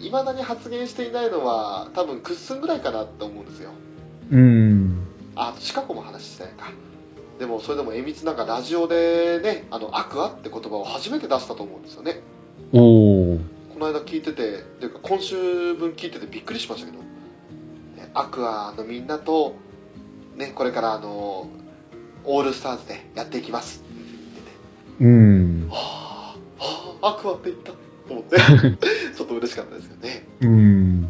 Speaker 1: いまだに発言していないのは多分クッスンぐらいかなって思うんですよ
Speaker 2: うん。
Speaker 1: ああとシカ子も話してないかでもそれでもえみつなんかラジオでねあのアクアって言葉を初めて出したと思うんですよね
Speaker 2: おー。
Speaker 1: この間聞いててっていうか今週分聞いててびっくりしましたけど、ね、アクアのみんなとねこれからあのオールスターズでやっていきます。
Speaker 2: うん。
Speaker 1: はあ、はあ、アクアって言ったと思 <laughs> って、ちょっと嬉しかったですけどね。
Speaker 2: うん。
Speaker 1: ね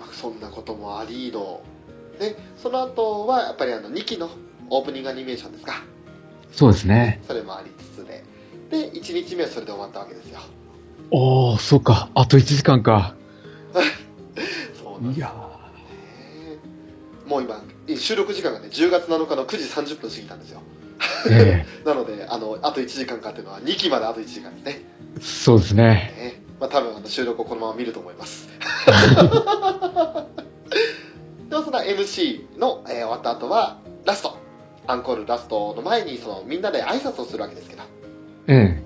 Speaker 1: まあ、そんなこともありの。で、その後はやっぱりあの2期のオープニングアニメーションですか。
Speaker 2: そうですね。
Speaker 1: それもありつつで。で、1日目はそれで終わったわけですよ。
Speaker 2: おー、そうか。あと1時間か。
Speaker 1: そうなんで
Speaker 2: い
Speaker 1: すね。
Speaker 2: や
Speaker 1: もう今、収録時間がね、10月7日の9時30分過ぎたんですよ。
Speaker 2: ー。え
Speaker 1: なので、あの、あと1時間かっていうのは2期まであと1時間ですね。
Speaker 2: えそうですね。
Speaker 1: ねまあ多分あの収録をこのまま見ると思います。 <laughs> ではその MC の、えー終わった後はラストアンコールラストの前にそのみんなで挨拶をするわけですけど
Speaker 2: え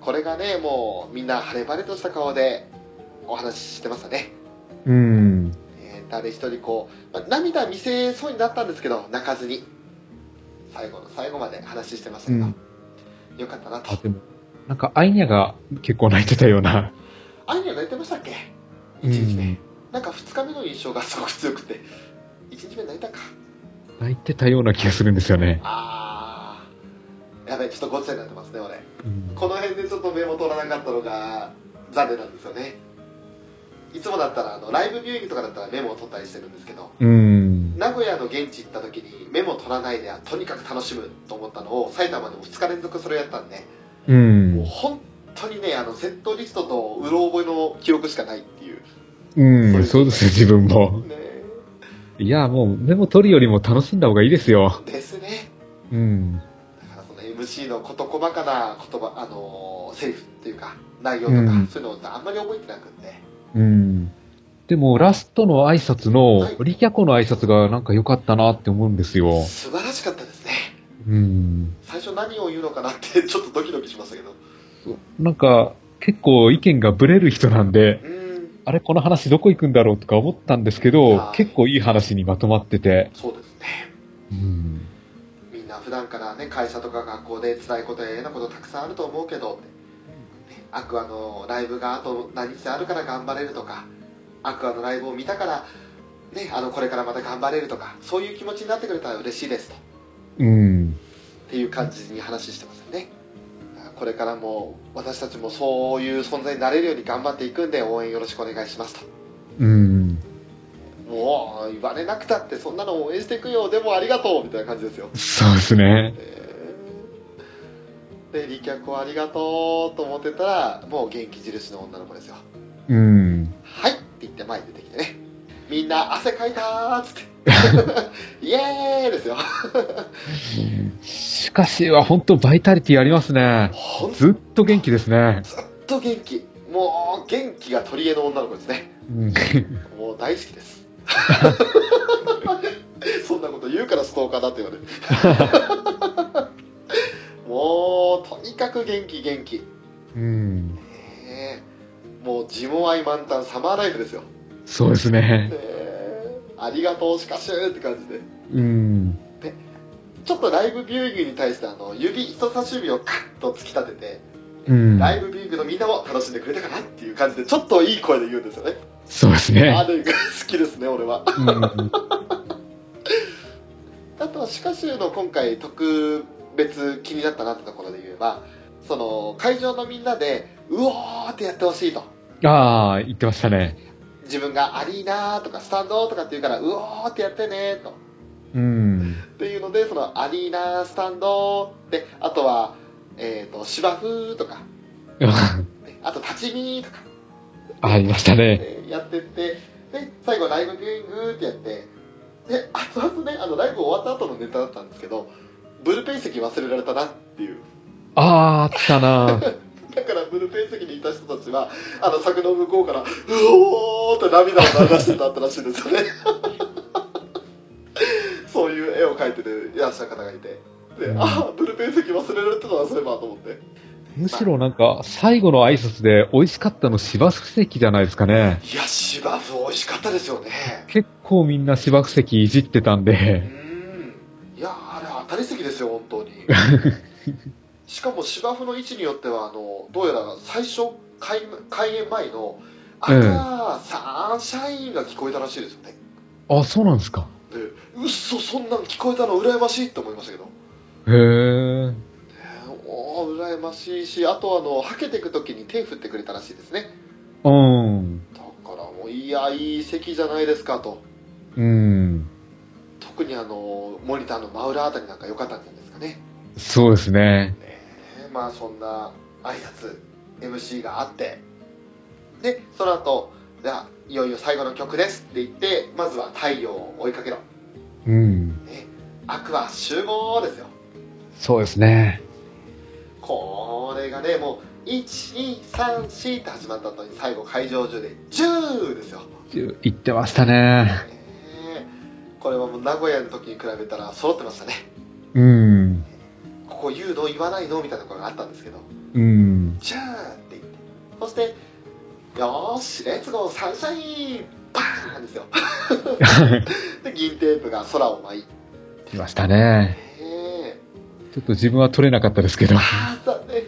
Speaker 1: これがねもうみんな晴れ晴れとした顔でお話ししてましたね、
Speaker 2: えうん。
Speaker 1: えー誰一人こう、まあ涙見せそうになったんですけど泣かずに最後の最後まで話してましたけど、
Speaker 2: うん
Speaker 1: よかったな
Speaker 2: あ、
Speaker 1: と
Speaker 2: でも、なんか、アイニャが結構泣いてたような。
Speaker 1: あいには泣いてましたっけ
Speaker 2: う
Speaker 1: 1日目、
Speaker 2: ん。
Speaker 1: なんか2日目の印象がすごく強くて1日目泣いたか
Speaker 2: 泣いてたような気がするんですよね。
Speaker 1: あーやべえちょっとごっちゃになってますね俺
Speaker 2: うん
Speaker 1: この辺でちょっとメモ取らなかったのが残念なんですよねいつもだったらあのライブビューイングとかだったらメモを取ったりしてるんですけど
Speaker 2: うん。
Speaker 1: 名古屋の現地行った時にメモ取らないでとにかく楽しむと思ったのを埼玉でも2日連続それをやったんで、
Speaker 2: う。
Speaker 1: もうん本当にねあのセットリストとうろ覚えの記憶しかないっていう
Speaker 2: うん。そうですよ、自分も。
Speaker 1: ね
Speaker 2: いや、もう、メモ取るよりも楽しんだ方がいいですよ。
Speaker 1: ですね
Speaker 2: うん。
Speaker 1: だからその MC の事細かな言葉、あのーセリフっていうか内容とか、
Speaker 2: うん
Speaker 1: そういうのをあんまり覚えてなくって
Speaker 2: うん。でも、ラストの挨拶
Speaker 1: は
Speaker 2: の
Speaker 1: い、
Speaker 2: リキャコの挨拶がなんか良かったなって思うんですよ。
Speaker 1: 素晴らしかったですね
Speaker 2: うん。
Speaker 1: 最初何を言うのかなってちょっとドキドキしましたけど
Speaker 2: なんか、結構意見がブレる人なんで、
Speaker 1: うん
Speaker 2: あれ、この話どこ行くんだろうとか思ったんですけど
Speaker 1: は、い
Speaker 2: 結構いい話にまとまってて。
Speaker 1: そうですね
Speaker 2: うん。
Speaker 1: みんな普段からね会社とか学校で辛いことや嫌なことたくさんあると思うけど、ねアクアのライブがあと何日あるから頑張れるとかアクアのライブを見たからね、あのこれからまた頑張れるとかそういう気持ちになってくれたら嬉しいですと
Speaker 2: うん。
Speaker 1: っていう感じに話してますよねこれからも私たちもそういう存在になれるように頑張っていくんで応援よろしくお願いしますと
Speaker 2: うん。
Speaker 1: もう言われなくたってそんなの応援していくよでもありがとうみたいな感じですよ
Speaker 2: そうですね。
Speaker 1: えーで利脚をありがとうと思ってたらもう元気印の女の子ですよ
Speaker 2: うん。
Speaker 1: はいって言って前に出てきてねみんな汗かいたーっつって <laughs> イエーイですよ
Speaker 2: しかしは本当バイタリティありますね。
Speaker 1: ほんと
Speaker 2: ずっと元気ですね。
Speaker 1: ずっと元気もう元気が取り柄の女の子ですね
Speaker 2: うん。
Speaker 1: もう大好きです <laughs> そんなこと言うからストーカーだって言われる <laughs> もうとにかく元気元気
Speaker 2: うん。
Speaker 1: ねえもう自も愛満タンサマーライブですよ、ね
Speaker 2: そうですね。
Speaker 1: えありがとうしかしゅーって感じで
Speaker 2: うん。
Speaker 1: ちょっとライブビューイングに対してあの指人差し指をカッと突き立てて、
Speaker 2: うん。
Speaker 1: ライブビューイングのみんなも楽しんでくれたかなっていう感じでちょっといい声で言うんですよね
Speaker 2: そうです
Speaker 1: あ
Speaker 2: ね。
Speaker 1: れが好きですね俺は
Speaker 2: うん。
Speaker 1: あとはシカ州の今回特別気になったなってところで言えばその会場のみんなでうおーってやってほしいと
Speaker 2: ああ、言ってましたね。
Speaker 1: 自分がアリーナーとかスタンドとかって言うからうおーってやってねーと
Speaker 2: うん。
Speaker 1: っていうのでそのアリーナースタンドであとは、えー、と芝生とかねあと立ち見とか、
Speaker 2: ありましたね。
Speaker 1: えーやってってで最後ライブビューイングってやってで後々ねあのライブ終わった後のネタだったんですけどブルペン席忘れられたなっていう
Speaker 2: ああ、あったな。
Speaker 1: だからブルペン席にいた人たちはあの柵の向こうから「うおー!」って涙を流してたったらしいんですよね <laughs> そういう絵を描いてていらっしゃる方がいてで、
Speaker 2: うん
Speaker 1: ああブルペン席忘れられてたなそういえばと思って
Speaker 2: むしろなんか、最後の挨拶で美味しかったの芝生席じゃないですかね。
Speaker 1: いや芝生美味しかったですよね
Speaker 2: 結構みんな芝生席いじってたん
Speaker 1: う
Speaker 2: で。
Speaker 1: んいやーあれ当たり席ですよ本当
Speaker 2: <laughs>
Speaker 1: にしかも芝生の位置によってはあのどうやら最初開開演前の赤、
Speaker 2: うん
Speaker 1: サンシャインが聞こえたらしいですよね
Speaker 2: あ、そうなんですか。
Speaker 1: でうっそそんなん聞こえたの羨ましいって思いましたけど
Speaker 2: へえ。
Speaker 1: おー羨ましいしあとあのはけていく時に手振ってくれたらしいですね
Speaker 2: うん。
Speaker 1: だからもういやいい席じゃないですかと
Speaker 2: うん。
Speaker 1: 特にあのモニターの真裏あたりなんか良かったんじゃないですかね
Speaker 2: そうですね。
Speaker 1: ねえまあそんな挨拶 MC があってでその後じゃあいよいよ最後の曲ですって言ってまずは「太陽を追いかけろ
Speaker 2: うん。」
Speaker 1: ね「アクア集合」ですよ
Speaker 2: そうですね。
Speaker 1: これがねもう1234って始まった後に最後会場中で10ですよ、ね
Speaker 2: 言ってましたね。
Speaker 1: えこれはもう名古屋の時に比べたら揃ってましたね
Speaker 2: うん。
Speaker 1: ここ言うの言わないのみたいなところがあったんですけど
Speaker 2: うん。
Speaker 1: じゃーって言ってそしてよーしレッツゴーサンシャインバーン
Speaker 2: <laughs>
Speaker 1: ですよで銀テープが空を舞い
Speaker 2: 来ましたね。
Speaker 1: え
Speaker 2: ちょっと自分は取れなかったですけど。
Speaker 1: あーだね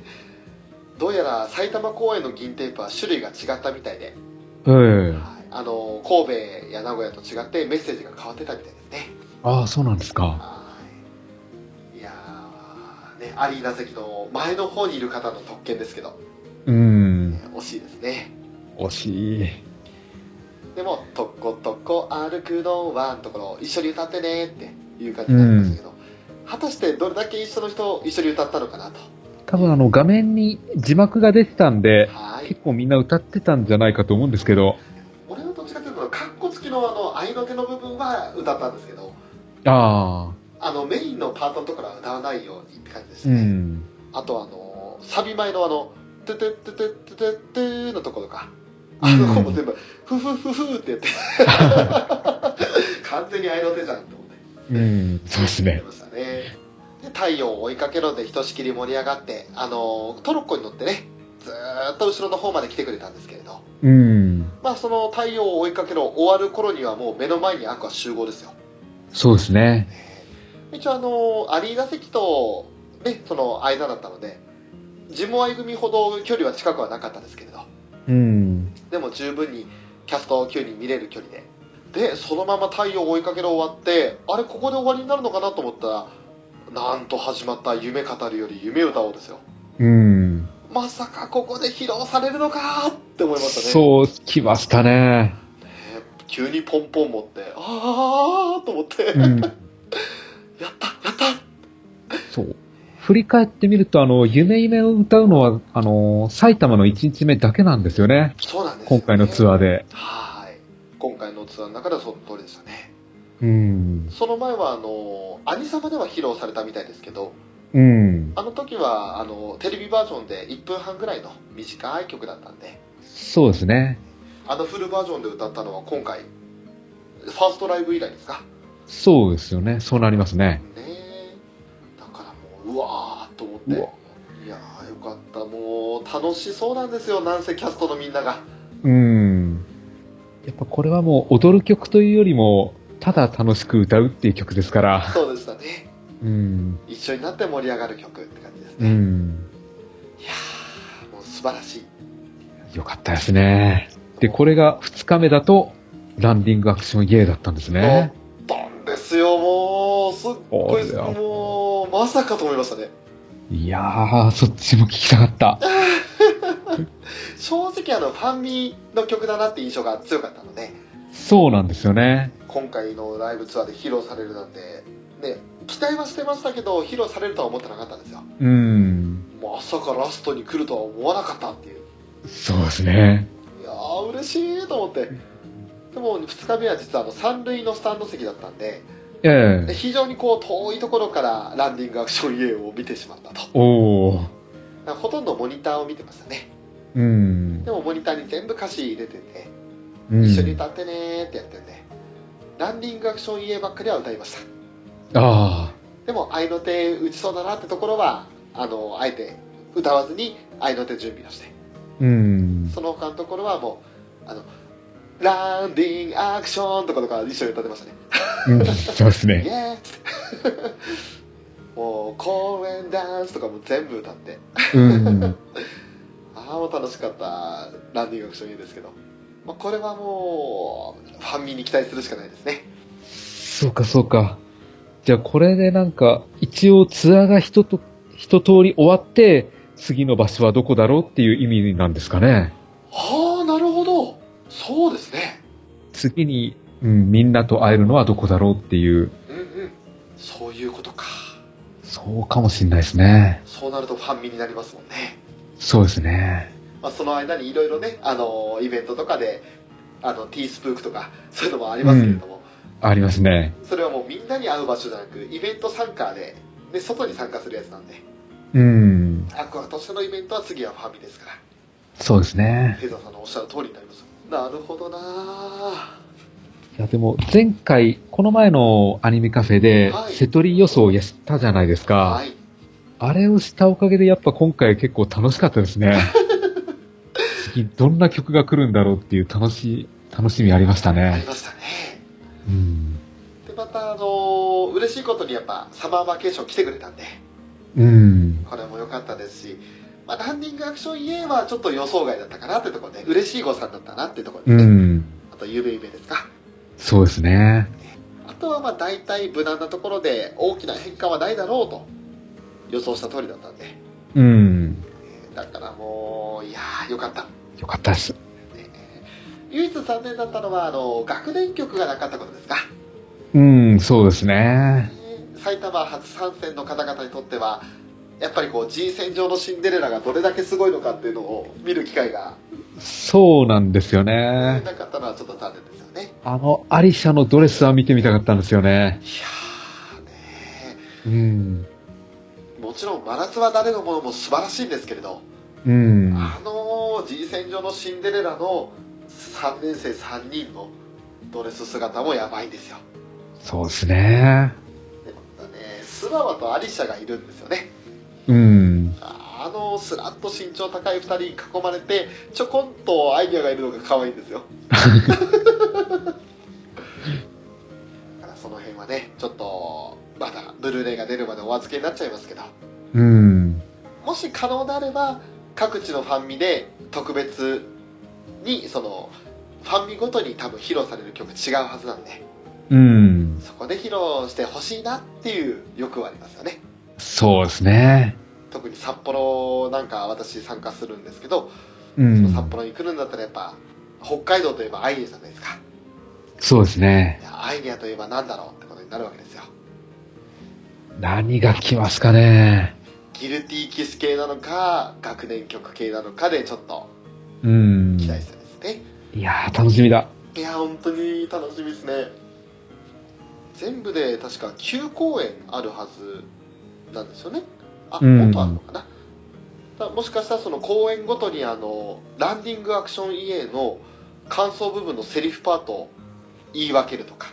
Speaker 1: どうやら埼玉公園の銀テープは種類が違ったみたいで、
Speaker 2: うん。
Speaker 1: はいあの神戸や名古屋と違ってメッセージが変わってたみたいですね
Speaker 2: ああ、そうなんですか。
Speaker 1: はいいやーねアリーナ席の前の方にいる方の特権ですけど、
Speaker 2: うん。
Speaker 1: 惜しいですね
Speaker 2: 惜しい。
Speaker 1: でも「とことこ歩くのは」のところ一緒に歌ってねっていう感じになりましたけど、果たしてどれだけ一緒の人を一緒に歌ったのかなと
Speaker 2: 多分あの画面に字幕が出てたんで、
Speaker 1: はい
Speaker 2: 結構みんな歌ってたんじゃないかと思うんですけど。
Speaker 1: 俺はどっちかというとカッコ付きのあの合いの手の部分は歌ったんですけど
Speaker 2: ああ。
Speaker 1: あのメインのパートのところは歌わないようにって感じです
Speaker 2: う
Speaker 1: ね、
Speaker 2: ん。
Speaker 1: あとあのサビ前のあの「トゥトゥトゥトゥトゥトゥトゥ」のところかあの子も全部「フフフフ」ってやって完全に合いの手じゃんと思って
Speaker 2: うん。そうです
Speaker 1: やっ
Speaker 2: ね
Speaker 1: て。ましたねで太陽を追いかけろでひとしきり盛り上がってあのトロッコに乗ってねずーっと後ろの方まで来てくれたんですけれど
Speaker 2: うん。
Speaker 1: まあその太陽を追いかけろ終わる頃にはもう目の前にアクア集合ですよ
Speaker 2: そうですね。
Speaker 1: 一応あのアリーナ席とねその間だったのでジムワイ組ほど距離は近くはなかったですけれど
Speaker 2: うん。
Speaker 1: でも十分にキャスト9人見れる距離ででそのまま太陽を追いかける終わってあれここで終わりになるのかなと思ったらなんと始まった「夢語るより夢歌おう」ですよ
Speaker 2: うん。
Speaker 1: まさかここで披露されるのかって思いましたね
Speaker 2: そう、来ましたね。
Speaker 1: ね急にポンポン持ってああと思って、
Speaker 2: うん。
Speaker 1: やったやった
Speaker 2: そう。振り返ってみると、あの、夢夢を歌うのは、あの、埼玉の1日目だけなんですよね。
Speaker 1: そうなんですよ、
Speaker 2: 今
Speaker 1: ね、
Speaker 2: 回のツアー
Speaker 1: で
Speaker 2: で。
Speaker 1: はい今回のツアーの中ではその通りでしたね
Speaker 2: うん。
Speaker 1: その前はあの兄様では披露されたみたいですけど
Speaker 2: うん。
Speaker 1: あの時はあのテレビバージョンで1分半ぐらいの短い曲だったんで
Speaker 2: そうですね。
Speaker 1: あのフルバージョンで歌ったのは今回ファーストライブ以来ですか
Speaker 2: そうですよね。そうなります
Speaker 1: ね
Speaker 2: ね。
Speaker 1: えだからもううわーっと思って
Speaker 2: うわ
Speaker 1: いやーよかったもう楽しそうなんですよなんせキャストのみんなが
Speaker 2: うん。やっぱこれはもう踊る曲というよりも、ただ楽しく歌うっていう曲ですから。
Speaker 1: そうでしたね
Speaker 2: うん。
Speaker 1: 一緒になって盛り上がる曲って感じです
Speaker 2: う
Speaker 1: ね、
Speaker 2: ん。
Speaker 1: いやーもう素晴らしい
Speaker 2: よかったですね。で、これが2日目だと、ランディングアクションイエーだったんですね。
Speaker 1: ドンですよもうすっごい
Speaker 2: あら
Speaker 1: もうまさかと思いましたね
Speaker 2: いやー、そっちも聞きたかった。
Speaker 1: 正直あのファンミの曲だなって印象が強かったので
Speaker 2: そうなんですよね。
Speaker 1: 今回のライブツアーで披露されるなんてね期待はしてましたけど披露されるとは思ってなかったんですよ
Speaker 2: うん。
Speaker 1: まさかラストに来るとは思わなかったっていう
Speaker 2: そうですね。
Speaker 1: いやー嬉しいと思ってでも2日目は実はあの三塁のスタンド席だったんで
Speaker 2: ええ
Speaker 1: 非常にこう遠いところからランディングアクション A を見てしまったと
Speaker 2: おー。
Speaker 1: だからほとんどモニターを見てましたね
Speaker 2: うん
Speaker 1: で。もモニターに全部歌詞入れてて
Speaker 2: うん
Speaker 1: 一緒に歌ってねーってやってんで、ランディングアクション EA ばっかりは歌いました
Speaker 2: ああ。
Speaker 1: でも合いの手打ちそうだなってところはあのあえて歌わずに合いの手準備をして
Speaker 2: うん。
Speaker 1: その他のところはもうあのランディングアクションとかとか一緒に歌ってましたね
Speaker 2: うんそうです
Speaker 1: イ
Speaker 2: ね。
Speaker 1: エーイ <laughs> もう公園ダンスとかも全部歌って
Speaker 2: うん。
Speaker 1: ああもう楽しかったランディングアクション EA ですけど、まあ、これはもうファンミに期待するしかないですね
Speaker 2: そうか、そうか。じゃあこれでなんか、一応ツアーが一と、一通り終わって、次の場所はどこだろうっていう意味なんですかね。
Speaker 1: はあ、なるほど。そうですね。
Speaker 2: 次に、うん、みんなと会えるのはどこだろうっていう、
Speaker 1: うんうん。そういうことか。
Speaker 2: そうかもしんないですね。
Speaker 1: そうなるとファンミになりますもんね。
Speaker 2: そうですね。
Speaker 1: まあ、その間にいろいろね、あのーイベントとかで、あの、ティースプークとか、 <laughs> そういうのもありますけれども、
Speaker 2: ありますね。
Speaker 1: それはもうみんなに会う場所じゃなく、イベント参加で、で、外に参加するやつなんで、
Speaker 2: うん。
Speaker 1: アクアとしてのイベントは次はファミですから。
Speaker 2: そうですね。
Speaker 1: フェザーさんのおっしゃる通りになりますなるほどなあ
Speaker 2: いや、でも、前回、この前のアニメカフェで
Speaker 1: は、い
Speaker 2: 瀬取り予想をやったじゃないですか。
Speaker 1: はい
Speaker 2: あれをしたおかげで、やっぱ今回結構楽しかったです <laughs> ね。次、どんな曲が来るんだろうっていう楽しい、楽しみありました
Speaker 1: あり
Speaker 2: ね。
Speaker 1: ましたね
Speaker 2: うん。
Speaker 1: でまたあのー嬉しいことにやっぱサマーバケーション来てくれたんで
Speaker 2: うん。
Speaker 1: これも良かったですしまあ、ランニングアクション EA はちょっと予想外だったかなってところで、嬉しい誤算だったなってところで
Speaker 2: う
Speaker 1: ね、
Speaker 2: ん。
Speaker 1: あと、ゆべゆべですか。
Speaker 2: そうですね。
Speaker 1: あとは、まあ、大体無難なところで大きな変化はないだろうと予想した通りだったんで、
Speaker 2: うん。
Speaker 1: えーだからもう、いやー、よかった。
Speaker 2: よかったです。
Speaker 1: 唯一残念だったのは、あの、学年曲がなかったことですか。
Speaker 2: うん、そうですね。
Speaker 1: 埼玉初参戦の方々にとってはやっぱりこう G 戦場のシンデレラがどれだけすごいのかっていうのを見る機会が
Speaker 2: そうなんですよ
Speaker 1: な
Speaker 2: ね。
Speaker 1: かったのはちょっと残念ですよね。いや
Speaker 2: あの、アリシャのドレスは見てみたかったんですよね。
Speaker 1: ーね
Speaker 2: うん。
Speaker 1: ーもちろん真夏は誰のものも素晴らしいんですけれど、
Speaker 2: うん。
Speaker 1: あの G 戦場のシンデレラの3年生3人のドレス姿もやばいんですよ。
Speaker 2: そうですね。
Speaker 1: でまたね、スバワとアリシャがいるんですよね。
Speaker 2: うん。
Speaker 1: あのスラッと身長高い2人に囲まれてちょこんとアイデアがいるのが可愛いんですよだからその辺はねちょっとまだブルーレイが出るまでお預けになっちゃいますけど
Speaker 2: うん。
Speaker 1: もし可能であれば各地のファンミで特別にそのファンミごとに多分披露される曲違うはずなんで
Speaker 2: うん。
Speaker 1: そこで披露してほしいなっていう欲はありますよね
Speaker 2: そうですね。
Speaker 1: 特に札幌なんか私参加するんですけど
Speaker 2: う
Speaker 1: その
Speaker 2: ん。
Speaker 1: 札幌に来るんだったらやっぱ北海道といえばアイニャじゃないですか
Speaker 2: そうですね
Speaker 1: い。やアイニャといえば何だろうってことになるわけですよ
Speaker 2: 何が来ますかね。
Speaker 1: ギルティーキス系なのか学年曲系なのかでちょっと
Speaker 2: うん。
Speaker 1: 期待したいですね、
Speaker 2: いやー、楽しみだ。
Speaker 1: いや本当に楽しみですね全部で確か9公演あるはずなんですよねあ、
Speaker 2: うん
Speaker 1: もっとあるのかなだからもしかしたらその公演ごとにあのランディングアクション EA の感想部分のセリフパートを言い分けるとか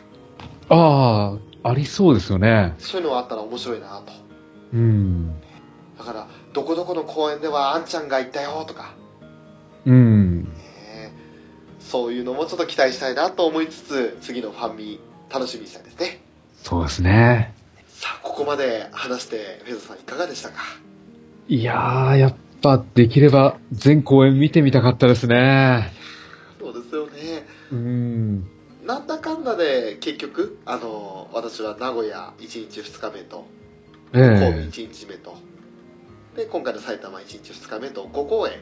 Speaker 2: ああ、ありそうですよね。
Speaker 1: そういうのがあったら面白いなと
Speaker 2: うん。
Speaker 1: だからどこどこの公園ではあんちゃんがいたよとか、
Speaker 2: うん。
Speaker 1: ねそういうのもちょっと期待したいなと思いつつ次のファンミ楽しみにしたいですね
Speaker 2: そうですね。
Speaker 1: さあここまで話してフェザーさんいかがでしたか
Speaker 2: いやー、やっぱできれば全公演見てみたかったですね。
Speaker 1: そうですよね
Speaker 2: うん。
Speaker 1: なんだかんだで結局あの私は名古屋1日2日目と
Speaker 2: え
Speaker 1: 神
Speaker 2: え
Speaker 1: 戸1日目と、で今回の埼玉1日2日目と5公演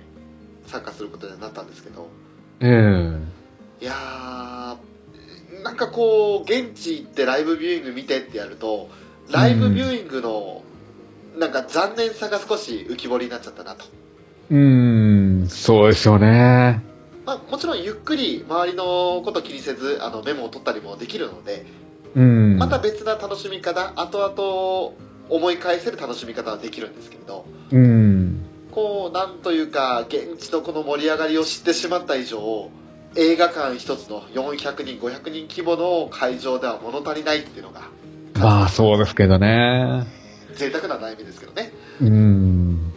Speaker 1: 参加することになったんですけど
Speaker 2: ええ
Speaker 1: いやーなんかこう現地行ってライブビューイング見てってやるとライブビューイングのなんか残念さが少し浮き彫りになっちゃったなと、
Speaker 2: うん、そうですよね。
Speaker 1: まあ、もちろんゆっくり周りのこと気にせずあのメモを取ったりもできるので
Speaker 2: うん。
Speaker 1: また別な楽しみ方後々思い返せる楽しみ方はできるんですけれど
Speaker 2: うん。
Speaker 1: こうなんというか現地のこの盛り上がりを知ってしまった以上映画館一つの400人500人規模の会場では物足りないっていうのが
Speaker 2: まあそうですけどね。
Speaker 1: 贅沢な悩みですけどね
Speaker 2: うん。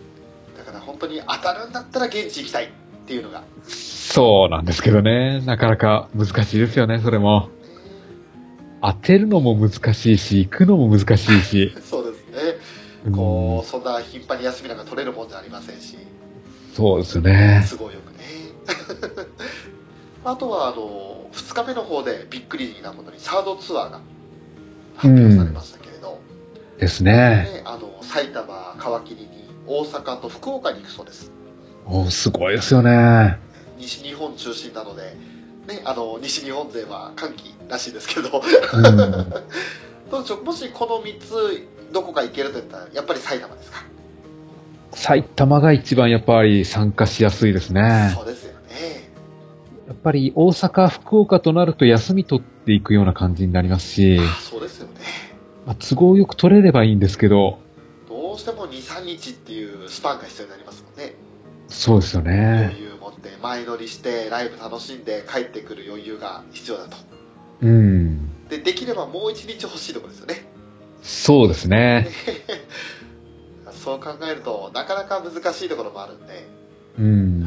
Speaker 1: だから本当に当たるんだったら現地行きたいっていうのが
Speaker 2: そうなんですけどね。なかなか難しいですよね、それも。当てるのも難しいし、行くのも難しいし。
Speaker 1: そうですねこうそんな頻繁に休みなんか取れるもんじゃありませんし
Speaker 2: うんそうですね。
Speaker 1: 都合よくね <laughs> あとはあの2日目の方でびっくりなことにサードツアーが発表されましたけれど、
Speaker 2: ですね。
Speaker 1: ね、あの埼玉皮切りに大阪と福岡に行くそうです
Speaker 2: おすごいですよね。
Speaker 1: 西日本中心なので、ね、あの西日本勢は歓喜らしいですけど
Speaker 2: うん。
Speaker 1: どうでしょうもしこの3つどこか行けるといったらやっぱり埼玉ですか、
Speaker 2: 埼玉が一番やっぱり参加しやすいですね
Speaker 1: そ。うですよね
Speaker 2: やっぱり大阪、福岡となると休み取っていくような感じになりますし、
Speaker 1: あそうですよね
Speaker 2: まあ都合よく取れればいいんですけど、
Speaker 1: どうしても23日っていうスパンが必要になりますもんね
Speaker 2: そうですよね。
Speaker 1: 余裕持って前乗りしてライブ楽しんで帰ってくる余裕が必要だと
Speaker 2: うん。
Speaker 1: でできればもう1日欲しいところですよね
Speaker 2: そうですね。
Speaker 1: そう考えるとなかなか難しいところもあるんで
Speaker 2: うん。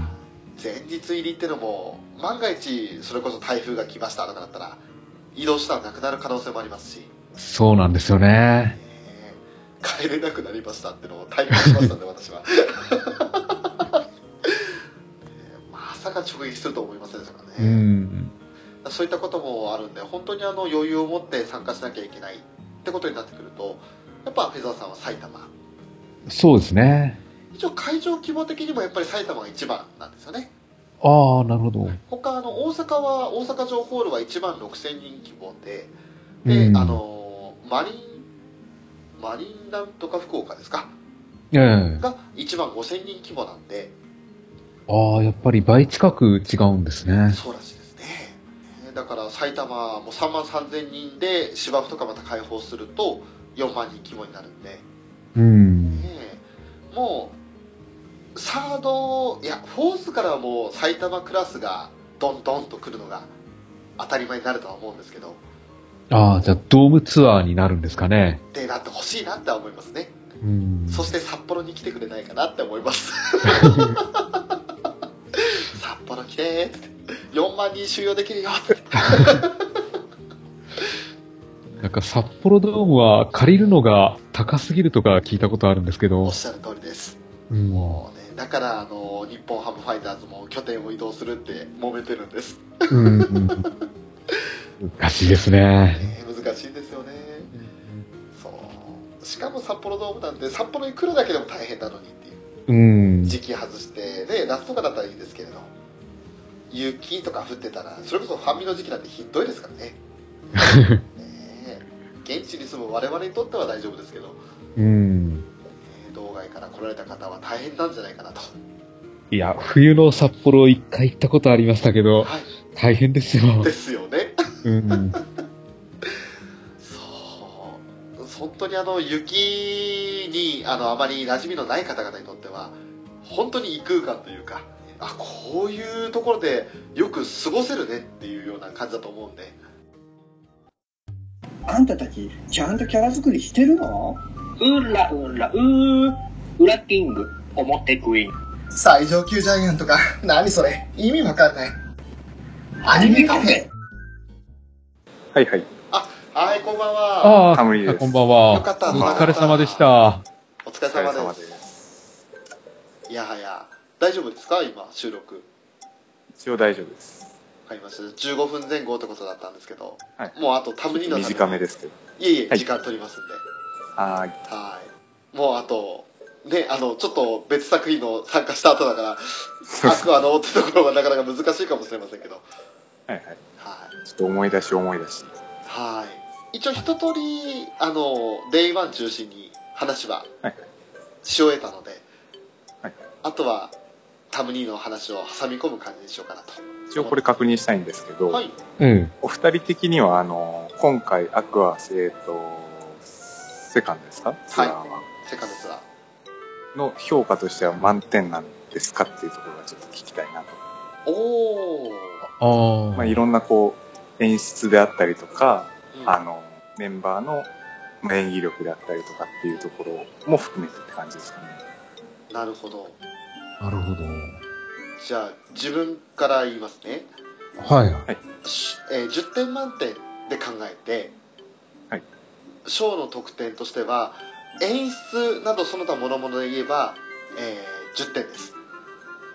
Speaker 1: 前日入りってのも万が一それこそ台風が来ましたとかだったら移動したらなくなる可能性もありますし、
Speaker 2: そうなんですよ
Speaker 1: え
Speaker 2: ね。
Speaker 1: ー帰れなくなりましたってのを体感しましたんで私はえーまさか直撃すると思いませんでしたからね、
Speaker 2: うん。
Speaker 1: そういったこともあるんで本当にあの余裕を持って参加しなきゃいけないってことになってくるとやっぱフェザーさんは埼玉
Speaker 2: そうですね。
Speaker 1: 一応会場規模的にもやっぱり埼玉が一番なんですよね
Speaker 2: ああ、なるほど。
Speaker 1: 他あの大阪は大阪城ホールは1万6000人規模でで、
Speaker 2: うん
Speaker 1: あのマリンマリンなんとか福岡ですか
Speaker 2: ええ
Speaker 1: が1万5000人規模なんで
Speaker 2: ああ、やっぱり倍近く違うんですね。
Speaker 1: そうらしいですねねだから埼玉も3万3000人で芝生とかまた開放すると4万人規模になるんで、ね
Speaker 2: うん。
Speaker 1: え、もうサードいやフォースからはもう埼玉クラスがどんどんと来るのが当たり前になるとは思うんですけど
Speaker 2: ああ、じゃあドームツアーになるんですかね。
Speaker 1: でなってほしいなって思いますね
Speaker 2: うん。
Speaker 1: そして札幌に来てくれないかなって思います札幌来てーっつって4万人収容できるよっつって
Speaker 2: なんか札幌ドームは借りるのが高すぎるとか聞いたことあるんですけ
Speaker 1: お
Speaker 2: ど
Speaker 1: っ。しゃる通りです
Speaker 2: うん。
Speaker 1: もうねだからあの日本ハムファイターズも拠点を移動するって揉めてるんです、
Speaker 2: うんうん難しいですね。
Speaker 1: ね難しいですよねそうしかも札幌ドームなんて札幌に来るだけでも大変なのにっていう
Speaker 2: うん。
Speaker 1: 時期外してね夏とかだったらいいですけれど雪とか降ってたらそれこそファミの時期なんてひどいですからねねえ現地に住む我々にとっては大丈夫ですけど、
Speaker 2: うん。
Speaker 1: えー道外から来られた方は大変なんじゃないかなと、
Speaker 2: いや、冬の札幌一回行ったことありましたけど、
Speaker 1: は
Speaker 2: 大変ですよ
Speaker 1: い、で。すよね
Speaker 2: うん。
Speaker 1: そう本当にあの雪にあのあまり馴染みのない方々にとっては本当に異空間というかあこういうところでよく過ごせるねっていうような感じだと思うんで
Speaker 3: あんたたち、ちゃんとキャラ作りしてるの
Speaker 4: うらうらうー、ウラキング、表クイーン。
Speaker 5: 最上級ジャイアントか。 <laughs> 何それ意味わかんない。アニメカフェ
Speaker 6: はいはい。
Speaker 1: はいこんばんは
Speaker 2: あ
Speaker 6: タモリで
Speaker 2: あ、
Speaker 6: す
Speaker 2: こんばん
Speaker 1: よか
Speaker 2: は。
Speaker 1: った、
Speaker 2: お疲れ様でし。た。
Speaker 1: お疲れ
Speaker 6: お疲れ
Speaker 1: 様
Speaker 6: 様
Speaker 1: で。
Speaker 6: ですす。
Speaker 1: いやはや、大丈夫ですか今、収録。
Speaker 6: 一応大丈夫です。
Speaker 1: 入りました。15分前後ってことだったんですけど、
Speaker 6: はい
Speaker 1: もうあとタムリーノさん
Speaker 6: 短めですけど。
Speaker 1: いえいえ、
Speaker 6: はい
Speaker 1: 時間取りますんで。
Speaker 6: あー
Speaker 1: はい。もうあと、ね、あの、ちょっと別作品の参加した後だから、 <laughs>
Speaker 6: そうで
Speaker 1: ア
Speaker 6: す
Speaker 1: クアのってところはなかなか難しいかもしれませんけど。
Speaker 6: <laughs> はいはい。
Speaker 1: はい。
Speaker 6: ちょっと思い出し思い出し。
Speaker 1: はい。一応一通り、あの、デイワン中心に話は
Speaker 6: はい
Speaker 1: し終えたので、
Speaker 6: はい
Speaker 1: あとはタムニーの話を挟み込む感じにしようかなと。
Speaker 6: 一応これ確認したいんですけど、
Speaker 1: はい。
Speaker 2: うん。
Speaker 6: お二人的には、あの、今回、アクア、えっと、セカンドですかツアーは、
Speaker 1: セカンドツアー。
Speaker 6: の評価としては満点なんですかっていうところがちょっと聞きたいなと。
Speaker 1: おー。
Speaker 2: ああ。
Speaker 6: まあ、いろんなこう、演出であったりとか、
Speaker 1: うん
Speaker 6: あの、メンバーのまあ演技力であったりとかっていうところも含めてって感じですかね。
Speaker 1: なるほど。
Speaker 2: なるほど。
Speaker 1: じゃあ、自分から言いますね。
Speaker 2: はい。
Speaker 1: しえー10点満点で考えて、
Speaker 6: はい
Speaker 1: ショーの得点としては、演出などその他諸々で言えば、えー10点です。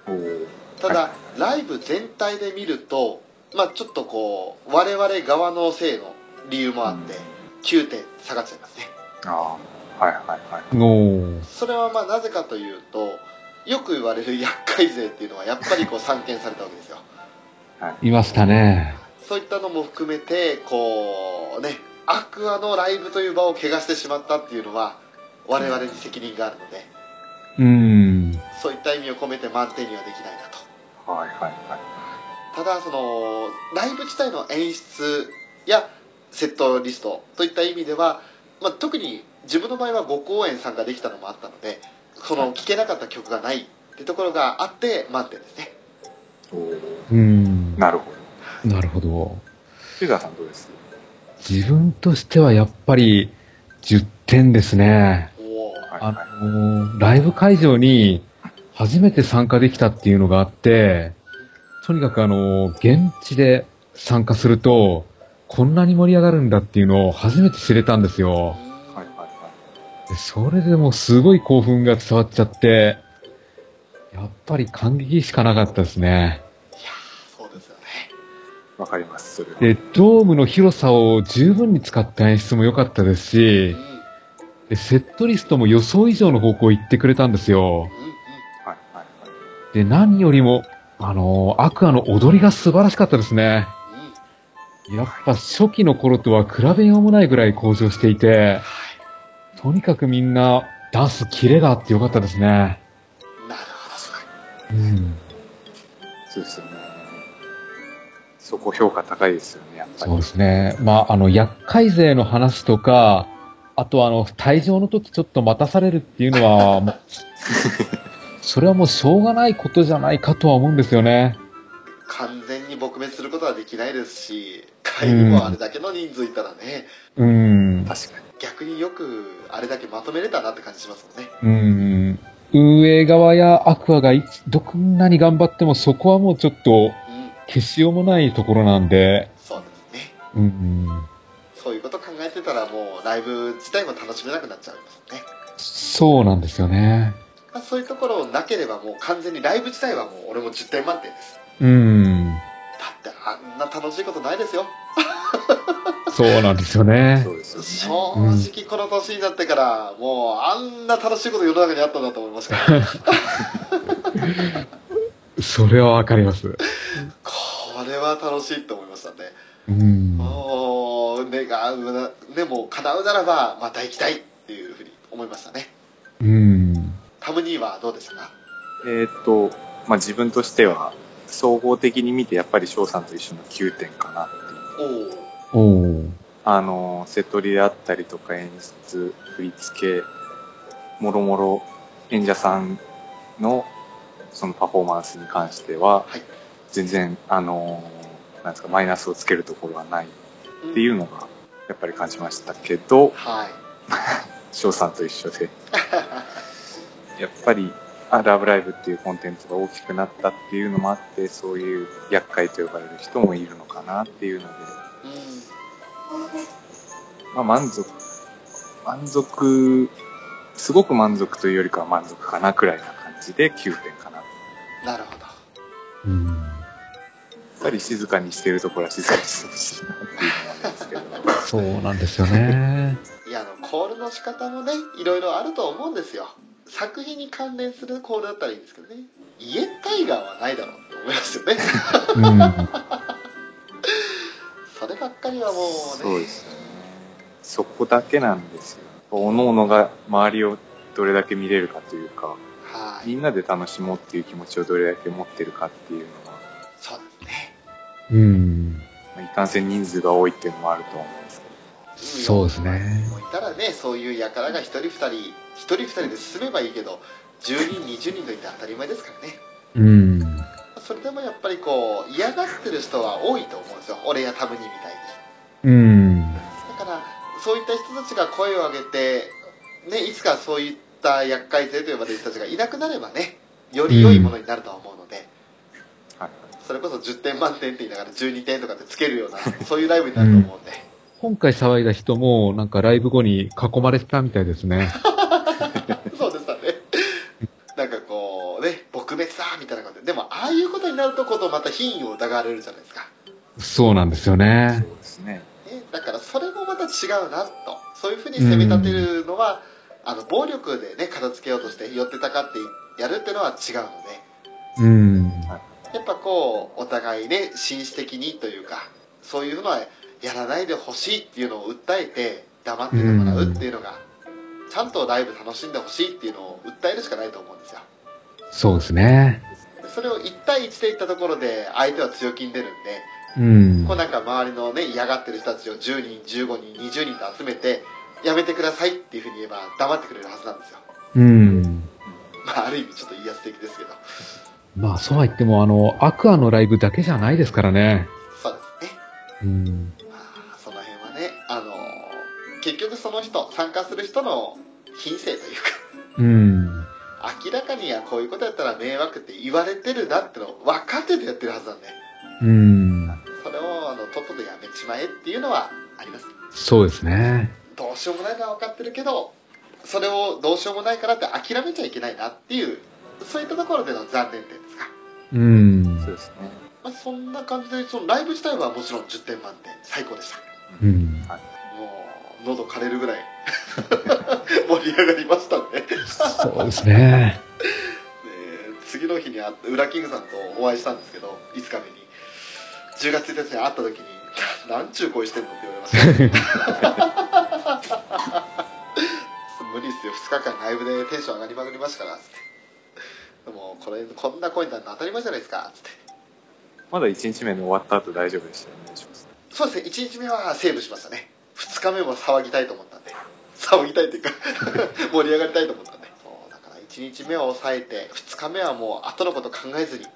Speaker 6: おー
Speaker 1: ただ、
Speaker 6: は
Speaker 1: ライブ全体で見ると、まあ、ちょっとこう我々側のせいの理由もあって、9点下がっちゃいますね
Speaker 6: ああ、はいはいはい。
Speaker 2: お
Speaker 1: それはまあなぜかというとよく言われる厄介勢っていうのはやっぱりこう散見されたわけですよ
Speaker 2: いましたね。
Speaker 1: そういったのも含めてこうねアクアのライブという場を怪我してしまったっていうのは我々に責任があるので
Speaker 2: うん。
Speaker 1: そういった意味を込めて満点にはできないなと
Speaker 6: はいはいは
Speaker 1: ただそのライブ自体の演出やセットリストといった意味では、まあ、特に自分の場合は5公演参加できたのもあったのでその聴けなかった曲がないってところがあって満点ですね
Speaker 6: い。おー
Speaker 2: うん。
Speaker 6: なるほど。
Speaker 2: なるほど。
Speaker 6: シーザーさんどうです
Speaker 2: 自分としてはやっぱり10点ですね。
Speaker 1: おお
Speaker 6: はい
Speaker 2: あ
Speaker 6: は
Speaker 2: のーライブ会場に初めて参加できたっていうのがあって、とにかくあのー現地で参加すると、こんなに盛り上がるんだっていうのを初めて知れたんですよ。
Speaker 6: い。はいはいは
Speaker 2: でそれでもうすごい興奮が伝わっちゃって、やっぱり感激しかなかったですね。
Speaker 1: そうですよね
Speaker 6: い。わかります、それは。
Speaker 2: で、ドームの広さを十分に使った演出も良かったです
Speaker 1: うんう、
Speaker 2: し
Speaker 1: んうん
Speaker 2: でセットリストも予想以上の方向行ってくれたんですよ。
Speaker 6: はいはいはい。
Speaker 2: で、何よりも、あのーアクアの踊りが素晴らしかったですね。
Speaker 1: うん
Speaker 2: やっぱ初期の頃とは比べようもないぐらい向上していて、とにかくみんなダンスキレがあってよかったですね。
Speaker 1: なるほ
Speaker 2: うん。
Speaker 6: そうですよね。そこ評価高いですよね、やっぱり。
Speaker 2: そうですね。まあ、あの、厄介勢の話とか、あとあの、退場の時ちょっと待たされるっていうのは、 <laughs> もうそれはもうしょうがないことじゃないかとは思うんですよね。
Speaker 1: ど完全に撲滅することはできないですし会にもあれだけの人数いたらね、
Speaker 2: うん。
Speaker 6: 確かに。
Speaker 1: 逆によくあれだけまとめれたなって感じしますもんね
Speaker 2: うん。運営側やアクアがいつ、どんなに頑張ってもそこはもうちょっと
Speaker 1: うん
Speaker 2: 消しようもないところなんで、
Speaker 1: そうですね
Speaker 2: うん。
Speaker 1: そういうこと考えてたらもうライブ自体も楽しめなくなっちゃいますよね、
Speaker 2: そうなんですよね。
Speaker 1: まあ、そういうところなければもう完全にライブ自体はもう俺も10点満点です
Speaker 2: うん。
Speaker 1: だってあんな楽しいことないですよ
Speaker 2: そうなんですよね
Speaker 6: そ。うです
Speaker 1: 正
Speaker 6: よね。
Speaker 1: 直この年になってからもうあんな楽しいこと世の中にあったんだと思いましたから
Speaker 2: それはわかります。
Speaker 1: これは楽しいと思いましたね
Speaker 2: うん。
Speaker 1: もう願うなでも叶うならばまた行きたいっていうふうに思いましたね
Speaker 2: うん。
Speaker 1: タム兄はどうでしたか
Speaker 6: えーっと、まあ自分としては、総合的に見て、やっぱり翔さんと一緒の9点かなっていう。
Speaker 1: おおー
Speaker 2: おう
Speaker 6: あの、セトリであったりとか演出、振り付け、もろもろ演者さんのそのパフォーマンスに関しては、
Speaker 1: はい
Speaker 6: 全然、あの、なんですか、マイナスをつけるところはないっていうのが、やっぱり感じましたけど、
Speaker 1: はい <laughs>
Speaker 6: 翔さんと一緒で。やっぱり、あラブライブっていうコンテンツが大きくなったっていうのもあって、そういう厄介と呼ばれる人もいるのかなっていうので、
Speaker 1: うん
Speaker 6: まあ、満足、満足、すごく満足というよりかは満足かなくらいな感じで9点かな。
Speaker 1: な
Speaker 6: や
Speaker 1: るほど
Speaker 2: うん。
Speaker 6: っぱり静かにしてるところは静かにしてほしいなっていうのもあるんですけど。
Speaker 2: そうなんですよね。
Speaker 1: いやあのコールの仕方もねいろいろあると思うんですよ作品に関連するコールだったらいいんですけどねイエタイガーはないだろうって思いますよね <laughs>
Speaker 2: うん。
Speaker 1: そればっかりはも
Speaker 6: そうう
Speaker 1: ね
Speaker 6: ですよね。そこだけなんですよ。おのおのが周りをどれだけ見れるかというか、
Speaker 1: はい
Speaker 6: みんなで楽しもうっていう気持ちをどれだけ持ってるかっていうのは、
Speaker 1: そうですね
Speaker 2: うん。
Speaker 6: まあ、いかんせん人数が多いっていうのもあると思うんですけど。
Speaker 2: そうですね。
Speaker 1: もういたらねそういう輩が一人二人一人二人で進めばいいけど10人20人といって当たり前ですからね
Speaker 2: うん。
Speaker 1: それでもやっぱりこう嫌がってる人は多いと思うんですよ俺やタムニみたいに
Speaker 2: うん。
Speaker 1: だからそういった人たちが声を上げて、ね、いつかそういった厄介性と呼ばれる人たちがいなくなればねより良いものになるとは思うので、
Speaker 6: はい。
Speaker 1: それこそ10点満点って言いながら12点とかでつけるよう
Speaker 2: <laughs>
Speaker 1: なそういうライブになると思うんで、
Speaker 2: 今回騒いだ人も、なんかライブ後に囲まれてたみたいですね。
Speaker 1: そうでしたねなんかこうね撲滅だみたいなことででもああいうことになるとことまた品位を疑われるじゃないですか、
Speaker 2: そうなんですよね
Speaker 6: そ。うですね。
Speaker 1: ね、だからそれもまた違うなとそういうふうに攻め立てるのは、あの暴力でね片付けようとして寄ってたかってやるってのは違うので
Speaker 2: うん。
Speaker 1: やっぱこうお互いね紳士的にというかそういうのはやらないでほしいっていうのを訴えて黙っててもらうっていうのが、ちゃんとライブ楽しんでほしいっていうのを訴えるしかないと思うんですよ
Speaker 2: そうですね。
Speaker 1: でそれを1対1でいったところで相手は強気に出るんで
Speaker 2: うん
Speaker 1: こう。なんか周りのね嫌がってる人たちを10人15人20人と集めてやめてくださいっていうふうに言えば黙ってくれるはずなんですよ
Speaker 2: うん。
Speaker 1: まあある意味ちょっと言いやす的ですけど
Speaker 2: まあ、そうは言っても、あの、アクアのライブだけじゃないですからね。
Speaker 1: そうですね
Speaker 2: うん。
Speaker 1: まあその辺はねあの結局その人参加する人の品性という
Speaker 2: うん。
Speaker 1: か明らかにはこういうことやったら迷惑って言われてるなってのを分かっててやってるはずなんで
Speaker 2: うん。
Speaker 1: それをあのとっととやめちまえっていうのはあります
Speaker 2: そうですね。
Speaker 1: どうしようもないのは分かってるけどそれをどうしようもないからって諦めちゃいけないなっていうそういったところでの残念点ですか、
Speaker 2: うん。
Speaker 6: そうですね。
Speaker 1: まあ、そんな感じでそのライブ自体はもちろん10点満点最高でした
Speaker 2: うん。
Speaker 1: もう喉枯れるぐらい <laughs> 盛り上がりましたねね
Speaker 2: そうですね。
Speaker 1: え次の日にあ裏キングさんとお会いしたんですけど5日目に10月1日に会った時に <laughs> 「なんちゅう恋してんの?」って言われました <laughs> 無理ですよ2日間ライブでテンション上がりまくりましたからつってでもこれこんな恋になるの当たり前じゃないですかつって
Speaker 6: まだ1日目の終わった後大丈夫でしたよね、翔さん。
Speaker 1: そうですね1日目はセーブしましたね2日目も騒ぎたいと思ったんで騒ぎたいというか <laughs> 盛り上がりたいと思ったんでそうだから1日目を抑えて2日目はもう後のこと考えずに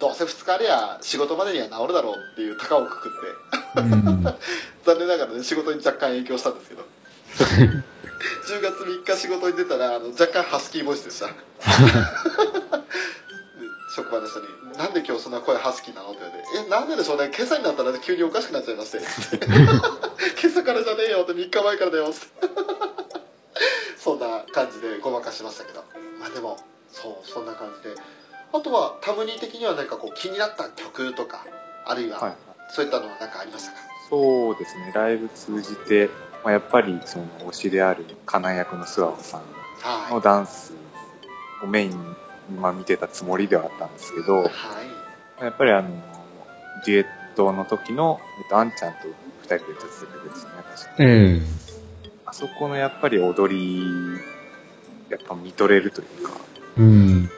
Speaker 1: どうせ2日ありゃ仕事までには治るだろうっていう高をくくって
Speaker 2: うん。
Speaker 1: 残念ながらね仕事に若干影響したんですけど10月3日仕事に出たらあの若干ハスキーボイスでしたで職場の人に「なんで今日そんな声ハスキーなの?」って言われて「えなんででしょうね今朝になったら急におかしくなっちゃいまして」今朝からじゃねえよって3日前からだよってそんな感じでごまかしましたけどまあでもそうそんな感じであとはタムニー的には何かこう気になった曲とかあるいは、
Speaker 6: はい。
Speaker 1: そういったのは何かありましたか
Speaker 6: そうですね、ライブ通じて、まあ、やっぱりその推しであるカナン役の諏訪さん
Speaker 1: はい
Speaker 6: のダンスをメインに、まあ、見てたつもりではあったんですけど、
Speaker 1: はい
Speaker 6: やっぱりあの、デュエットの時の、えっと、あんちゃんと二人で歌ってた曲ですよね、確か
Speaker 2: ええ。
Speaker 6: あそこのやっぱり踊り、やっぱ見とれるというか、
Speaker 2: うん。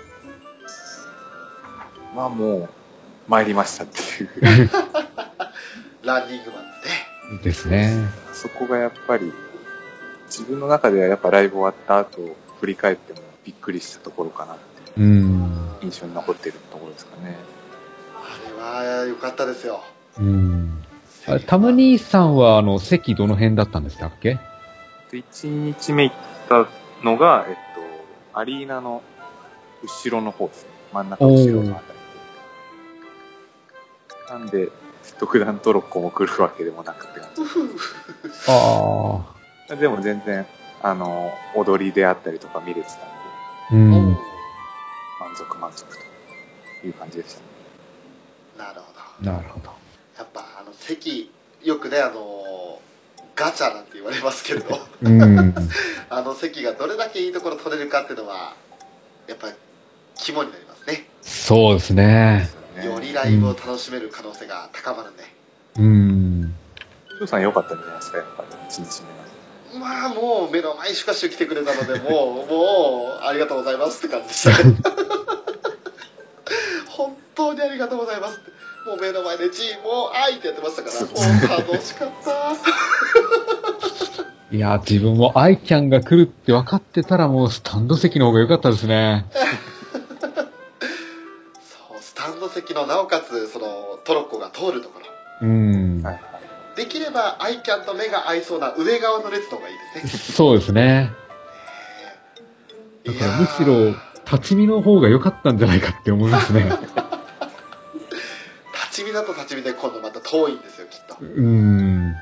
Speaker 6: まあもう、参りましたっていう。
Speaker 1: ランニングマンでね
Speaker 2: ですね。
Speaker 6: そこがやっぱり、自分の中ではやっぱライブ終わった後、振り返ってもびっくりしたところかなってい
Speaker 2: う
Speaker 6: う
Speaker 2: ん。
Speaker 6: 印象に残ってるところですかね。
Speaker 1: あれは良かったですよ
Speaker 2: うん。あれタム兄さんは、あの、席どの辺だったんでしたっけ
Speaker 6: で、1日目行ったのが、えっと、アリーナの後ろの方ですね。真ん中後ろのあたりで。なんで、特段トロッコも来るわけでもなくて
Speaker 2: ああ。
Speaker 6: でも全然、あの、踊りであったりとか見れてたんで、
Speaker 2: う
Speaker 1: お
Speaker 2: ん
Speaker 1: ー。
Speaker 6: 満足満足という感じでしたね。
Speaker 1: なるほど
Speaker 2: なるほど。
Speaker 1: やっぱあの席よくねあのガチャなんて言われますけ
Speaker 2: <laughs>
Speaker 1: れど
Speaker 2: うん。
Speaker 1: あの席がどれだけいいところ取れるかっていうのはやっぱり肝になりますね
Speaker 2: そうですね。
Speaker 1: よりライブを楽しめる可能性が高まるんで、
Speaker 2: うん。
Speaker 6: ふうさん良かったんじゃないですか、やっぱり、一日目なんで
Speaker 1: まあもう目の前シュカシュ来てくれたのでもう <laughs> もうありがとうございますって感じでした <laughs> ね本当にありがとうございますってもう目の前でチームを愛ってやってましたからもう楽しかった
Speaker 2: いや、自分もアイキャンが来るって分かってたらもうスタンド席の方が良かったですね。
Speaker 1: そうスタンド席のなおかつそのトロッコが通るところ
Speaker 2: うん。
Speaker 6: はい
Speaker 1: できればアイキャンと目が合いそうな上側の列の方がいいですね
Speaker 2: そうですね。だからむしろ
Speaker 1: いやー
Speaker 2: 立ち見の方が良かったんじゃないかって思いますね。
Speaker 1: 立ち見だと立ち見で今度また遠いんですよきっと
Speaker 2: うん。
Speaker 1: だか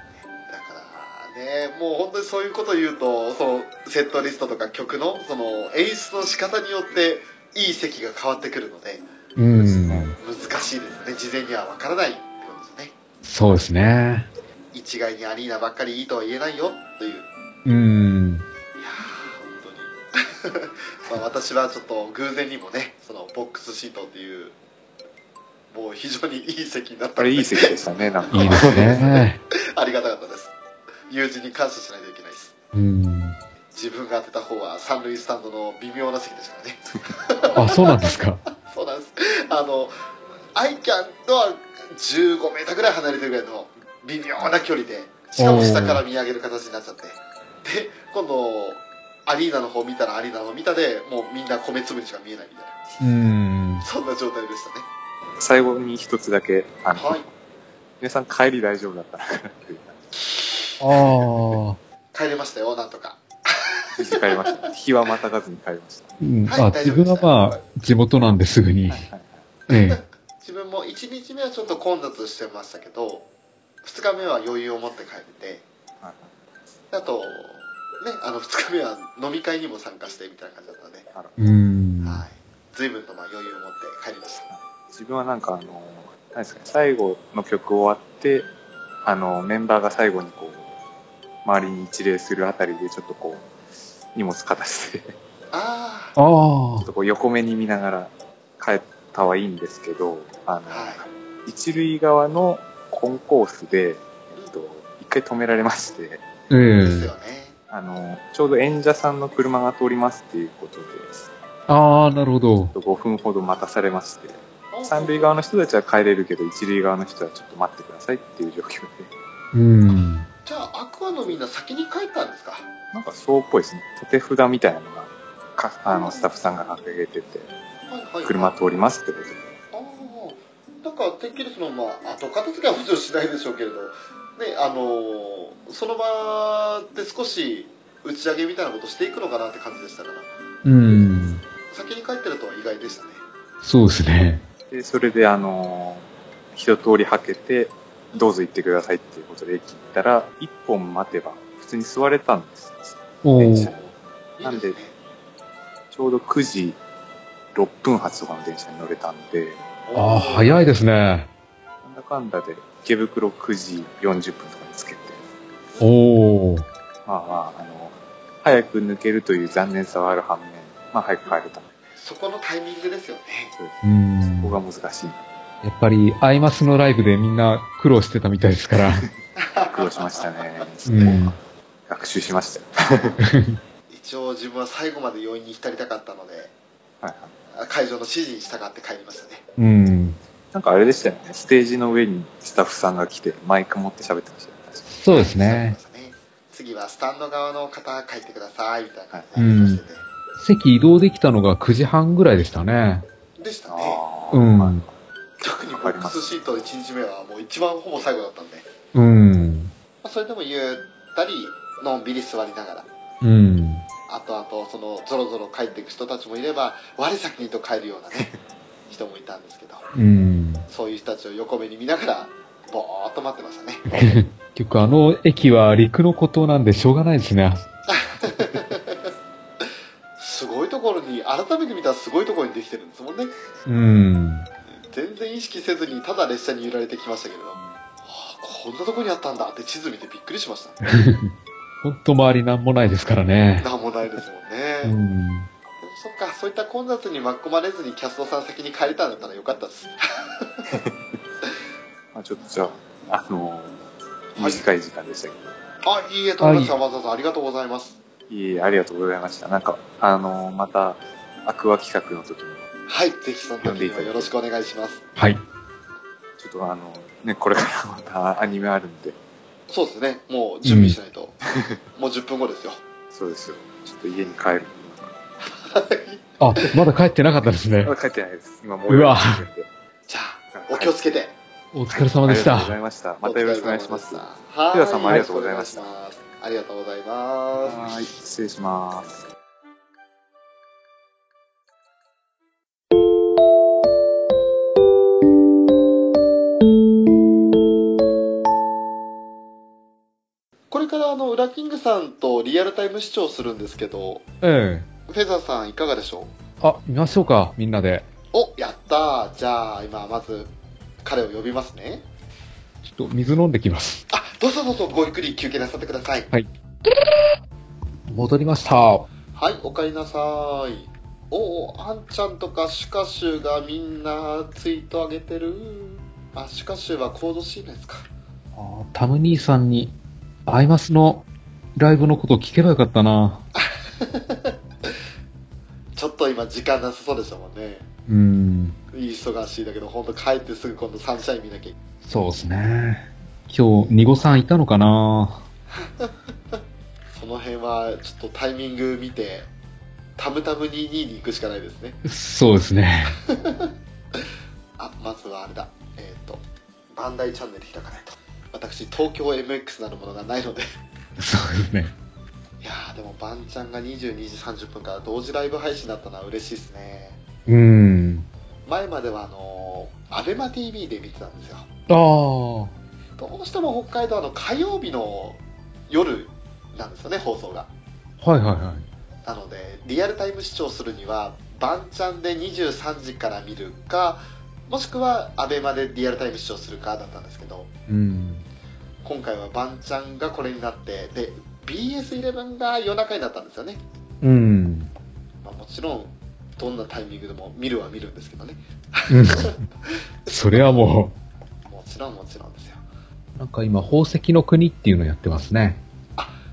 Speaker 1: らねもう本当にそういうことを言うとそのセットリストとか曲のその演出の仕方によっていい席が変わってくるので
Speaker 2: うん。
Speaker 1: 難しいですね事前には分からないってことですね
Speaker 2: そうですね。
Speaker 1: 一概にアリーナばっかりいいとは言えないよといういや
Speaker 2: うん。
Speaker 1: ー本当に <laughs> まあ、私はちょっと偶然にもねそのボックスシートっていうもう非常にいい席になった
Speaker 6: あ
Speaker 1: の
Speaker 6: れ
Speaker 1: で
Speaker 6: いい席でしたね、なんか。
Speaker 2: いいですね。
Speaker 1: ありがたかったです友人に感謝しないといけないです
Speaker 2: うん。
Speaker 1: 自分が当てた方は三塁スタンドの微妙な席でしたからね
Speaker 2: あ、そうなんですか。
Speaker 1: そうなんです。あの、アイキャンとは15メーターぐらい離れてるぐらいの微妙な距離で、しかも下から見上げる形になっちゃって。で、今度、アリーナの方見たらアリーナの見たで、もうみんな米粒にしか見えないみたいな、
Speaker 2: うん。
Speaker 1: そんな状態でしたね。
Speaker 6: <laughs> 最後に一つだけ、あの、
Speaker 1: はい。
Speaker 6: 皆さん帰り大丈夫だったのかなっていう感
Speaker 2: ああ。
Speaker 1: 帰れましたよ、なんとか。
Speaker 6: じで帰りました。日はまたがずに帰りました。
Speaker 2: うん、
Speaker 1: はい
Speaker 2: あ、
Speaker 1: 大
Speaker 2: 自
Speaker 1: 丈夫
Speaker 2: 分
Speaker 1: で
Speaker 2: は
Speaker 1: す
Speaker 2: まあ、地元なんですぐに。ええ。
Speaker 1: <laughs> 自分も1日目はちょっと混雑してましたけど、2日目は余裕を持って帰れて、
Speaker 6: はい
Speaker 1: あと、ね、あの2日目は飲み会にも参加してみたいな感じだったので、
Speaker 2: うん。
Speaker 1: はい。随分とまあ余裕を持って帰りました。
Speaker 6: 自分はなんかあの、何ですかね、最後の曲終わって、あの、メンバーが最後にこう、周りに一礼するあたりで、ちょっとこう、荷物片して、ち
Speaker 1: あ
Speaker 2: あ
Speaker 6: ょ
Speaker 2: あ
Speaker 6: っ。とこう横目に見ながら帰ったはいいんですけど、あの、
Speaker 1: あ、はい。
Speaker 6: 一塁側のコンコースで、えっと、一回止められまして、
Speaker 2: え
Speaker 1: です
Speaker 2: え
Speaker 1: よ。ね。
Speaker 6: あの、ちょうど演者さんの車が通りますっていうことで、
Speaker 2: ああ、なるほど。
Speaker 6: 5分ほど待たされまして、三塁側の人たちは帰れるけど、一塁側の人はちょっと待ってくださいっていう状況で、
Speaker 2: うん。
Speaker 1: じゃあ、アクアのみんな先に帰ったんですか
Speaker 6: なんかそうっぽいですね。縦札みたいなのが、かあの、スタッフさんが掲げてて、
Speaker 1: はいはいはい。
Speaker 6: 車
Speaker 1: あ
Speaker 6: 通りますってこと
Speaker 1: あ。
Speaker 6: で。
Speaker 1: なんか、てっきりその、まあ、後片付けはもちろんしないでしょうけれど、ね、あのーその場で少し打ち上げみたいなことしていくのかなって感じでしたから、
Speaker 2: うん。
Speaker 1: 先に帰ってるとは意外でしたね。
Speaker 2: そうですね。
Speaker 6: で、それであのー一通りはけて、どうぞ行ってくださいっていうことで駅行ったら、一本待てば、普通に座れたんです。
Speaker 2: お
Speaker 6: 電
Speaker 2: お。
Speaker 6: 車にないん
Speaker 1: い
Speaker 6: で
Speaker 1: ですね。
Speaker 6: ちょうど9時6分発とかの電車に乗れたんで、
Speaker 2: ああ、早いですね。
Speaker 6: なんだかんだで池袋9時40分とかにつけて、
Speaker 2: おお。
Speaker 6: まあまあ、あの、早く抜けるという残念さはある反面、まあ早く帰れた。
Speaker 1: そこのタイミングですよね。
Speaker 2: うん。
Speaker 6: そこが難しい。
Speaker 2: やっぱり、アイマスのライブでみんな苦労してたみたいです <laughs> から。
Speaker 6: 苦労しましたね。
Speaker 2: うん。
Speaker 6: 学習しましたよ。
Speaker 1: 一応、自分は最後まで余韻に浸りたかったので、
Speaker 6: はいはい。
Speaker 1: 会場の指示に従って帰りましたね。
Speaker 2: うん。
Speaker 6: なんかあれでしたよね。ステージの上にスタッフさんが来て、マイク持って喋ってましたよ。確か
Speaker 2: そうですね。。
Speaker 1: 次はスタンド側の方帰ってくださいみたいな感じで、ね
Speaker 2: 席移動できたのが9時半ぐらいでしたね。
Speaker 1: でした
Speaker 6: に
Speaker 1: ね。
Speaker 6: あー
Speaker 2: うん
Speaker 6: はいはい
Speaker 1: 特にボックスシート1日目はもう一番ほぼ最後だったんで、ま
Speaker 2: うん。
Speaker 1: あ、それでもゆったりのんびり座りながら、
Speaker 2: うん。
Speaker 1: あとあとそのぞろぞろ帰っていく人たちもいれば、我先にと帰るようなね
Speaker 2: <laughs>
Speaker 1: 人もいたんですけど、
Speaker 2: うん。
Speaker 1: そういう人たちを横目に見ながらぼーっと待ってましたね。
Speaker 2: 結局あの駅は陸の孤島なんでしょうがないですね。
Speaker 1: すごいところに改めて見たらすごいところにできてるんですもんね。
Speaker 2: うん。
Speaker 1: 全然意識せずにただ列車に揺られてきましたけれど、ああこんなとこにあったんだって地図見てびっくりしま
Speaker 6: <laughs>
Speaker 1: したね
Speaker 2: ほんと周りなんもないですからね。
Speaker 1: なんもないですもんね、
Speaker 2: う
Speaker 1: でも
Speaker 2: ん。
Speaker 1: そっかそういった混雑に巻き込まれずにキャストさん先に帰れたんだったらよかったです
Speaker 6: まあちょっとじゃあ、あのー、
Speaker 1: はい
Speaker 6: 短い時間でしたけど、
Speaker 1: あいいえ友達さんわざわざありがとうございます
Speaker 6: いえいえ、ありがとうございました。なんか、あのー、また、アクア企画の時に、
Speaker 1: はいぜひその時にはよろしくお願いします
Speaker 2: はい。
Speaker 6: ちょっとあの、ね、これからまたアニメあるんで、
Speaker 1: そうですねもう準備しないと、 <laughs> もう10分後ですよ
Speaker 6: そうですよ。ちょっと家に帰る。
Speaker 2: あ、まだ帰ってなかったですね。
Speaker 6: まだ帰ってないです。今も
Speaker 2: うわ
Speaker 6: 帰ってるんで
Speaker 1: じゃあお気をつけて、
Speaker 2: お疲れ様でし
Speaker 6: ありがとうござ
Speaker 2: た。
Speaker 6: いました。またよろしくお願いします。は
Speaker 1: は
Speaker 6: ではさんもありがとうございました
Speaker 1: お願いしますありがとうございます
Speaker 6: ーい、失礼します。
Speaker 1: これからあの裏キングさんとリアルタイム視聴するんですけど
Speaker 2: ええ。
Speaker 1: フェザーさんいかがでしょ
Speaker 2: あ、見ましょうか、みんなで。
Speaker 1: うおやったーじゃあ今まず彼を呼びますね
Speaker 2: ちょっと水飲んできます。
Speaker 1: あどうぞどうぞごゆっくり休憩なさってください
Speaker 2: 戻りました。
Speaker 1: はい、おかえりなさい。おお、あんちゃんとかシュカシュがみんなツイート上げてる。あ、シュカシュはコードシーナですか。
Speaker 2: あータム兄さんに、アイマスのライブのこと聞けばよかったな。
Speaker 1: ちょっと今時間なさそうでしたもんね。
Speaker 2: うーん、
Speaker 1: 忙しいだけど、ほんと帰ってすぐ今度サンシャイン見なきゃいけ
Speaker 2: そうですね。今日、ニゴさんいたのかな
Speaker 1: ないその辺はちょっとタイミング見て、タムタム22に行くしかないですね。
Speaker 2: そうですね。
Speaker 1: あ、まずはあれだ。えっ、と、バンダイチャンネル開かないと。私、東京 MX なるものがないので。
Speaker 2: <laughs>
Speaker 1: <laughs>
Speaker 2: そうですね。
Speaker 1: いやーでもバンちゃんが22時30分から同時ライブ配信だったのは嬉しいですね
Speaker 2: うーん。
Speaker 1: 前まではあのー、アベマ t v で見てたんですよ
Speaker 2: ああ。
Speaker 1: どうしても北海道はあの火曜日の夜なんですよね放送が
Speaker 2: はいはいはい。
Speaker 1: なのでリアルタイム視聴するにはバンちゃんで23時から見るかもしくはアベマでリアルタイム視聴するかだったんですけど
Speaker 2: うん。
Speaker 1: 今回はバンちゃんがこれになってで BS11 が夜中になったんですよね
Speaker 2: うん。
Speaker 1: まあ、もちろんどんなタイミングでも見るは見るんですけどね
Speaker 2: うん。それはも
Speaker 1: <laughs> もちろんもちろんですよ
Speaker 2: う、なんか今、宝石の国っていうのやってますね。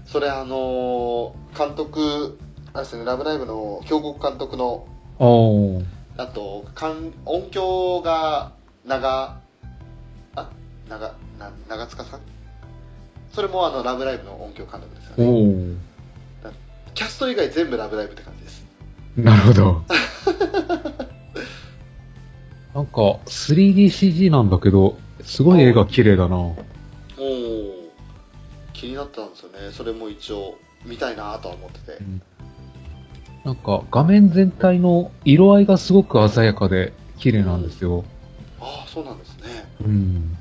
Speaker 1: それあのー監督あれですね「ラブライブ!」の京極監督の
Speaker 2: ああ。
Speaker 1: あとかん音響が長あ長な長塚さんそれもあの「ラブライブ!」の音響監督ですよね
Speaker 2: おお。
Speaker 1: キャスト以外全部「ラブライブ!」って感じです
Speaker 2: なるほど。 <laughs> なんか、3DCG なんだけど、すごい絵が綺麗だな。
Speaker 1: おお気になってたんですよねそれも一応見たいなとは思ってて
Speaker 2: なんか、画面全体の色合いがすごく鮮やかで、綺麗なんですよ。
Speaker 1: ああそうなんですね
Speaker 2: うん。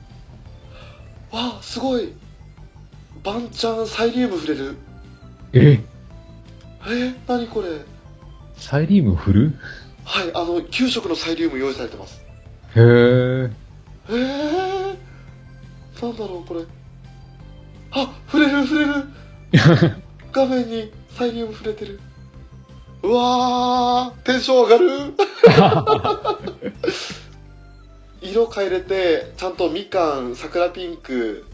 Speaker 1: わあすごいバンちゃんサイリウム触れる
Speaker 2: え
Speaker 1: えー、何これ
Speaker 2: サイリウム振る
Speaker 1: はいあの給食のサイリウム用意されてます
Speaker 2: へえ。
Speaker 1: えー、なんだろうこれあ触れる触れる画面にサイリウム触れてるうわーテンション上がる色変えれてちゃんとみかん桜ピンク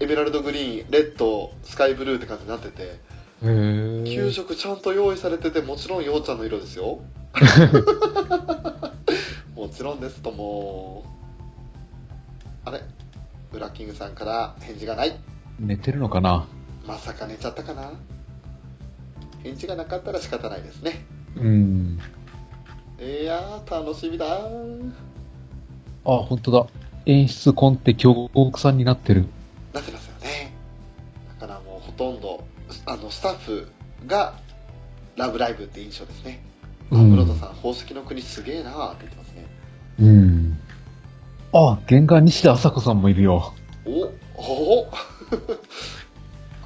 Speaker 1: エメラルドグリーンレッドスカイブルーって感じになってて
Speaker 2: へえ。
Speaker 1: 給食ちゃんと用意されててもちろんようちゃんの色です
Speaker 2: <laughs>
Speaker 1: よもちろんですともあれブラッキングさんから返事がない
Speaker 2: 寝てるのかな
Speaker 1: まさか寝ちゃったかな返事がなかったら仕方ないですね
Speaker 2: うん。
Speaker 1: いやー楽しみだー
Speaker 2: あ、本当だ。演出コンテ京極さんになってる。
Speaker 1: なってますよねだからもうほとんどあのスタッフが「ラブライブ!」って印象ですねあ
Speaker 2: うん
Speaker 1: 室田さん宝石の国すげえなーって言ってますね
Speaker 2: うん。あ、原画西田麻子さんもいるよ。
Speaker 1: おお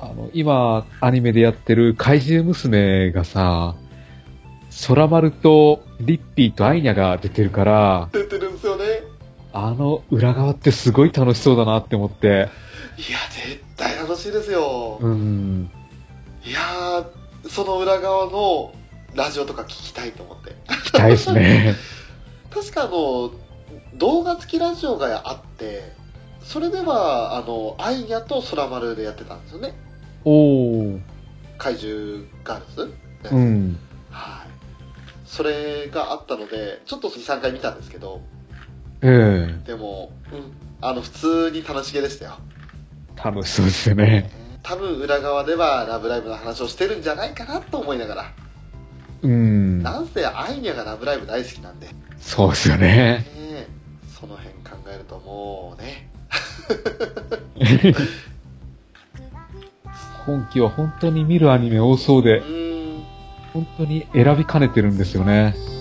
Speaker 2: あの、今、アニメでやってる怪獣娘がさ、空丸とリッピーとアイニャが出てるから、
Speaker 1: 出てるんですよねい
Speaker 2: あの裏側ってすごい楽しそうだなって思って。
Speaker 1: や絶対楽しいですよ、
Speaker 2: うん。
Speaker 1: いやーその裏側のラジオとか聞きたいと思って
Speaker 2: 期待ですね。
Speaker 1: 確かあの動画付きラジオがあってそれではあのアイニャと空丸でやってたんですよね
Speaker 2: <laughs> おー。
Speaker 1: 怪獣ガールズ
Speaker 2: うん。
Speaker 1: はいそれがあったのでちょっと23回見たんですけど
Speaker 2: ええ
Speaker 1: でも、うん、あの普通に楽しげでしたよ
Speaker 2: 楽しそうですよね。
Speaker 1: 多分裏側では「ラブライブ!」の話をしてるんじゃないかなと思いながら
Speaker 2: うん。
Speaker 1: なんせアイニャが「ラブライブ!」大好きなんで、ね
Speaker 2: そうですよね。
Speaker 1: えその辺考えるともうね
Speaker 2: 今期は本当に見るアニメ多そう
Speaker 1: う
Speaker 2: で、
Speaker 1: ーん
Speaker 2: 本当に選びかねてるんですよね。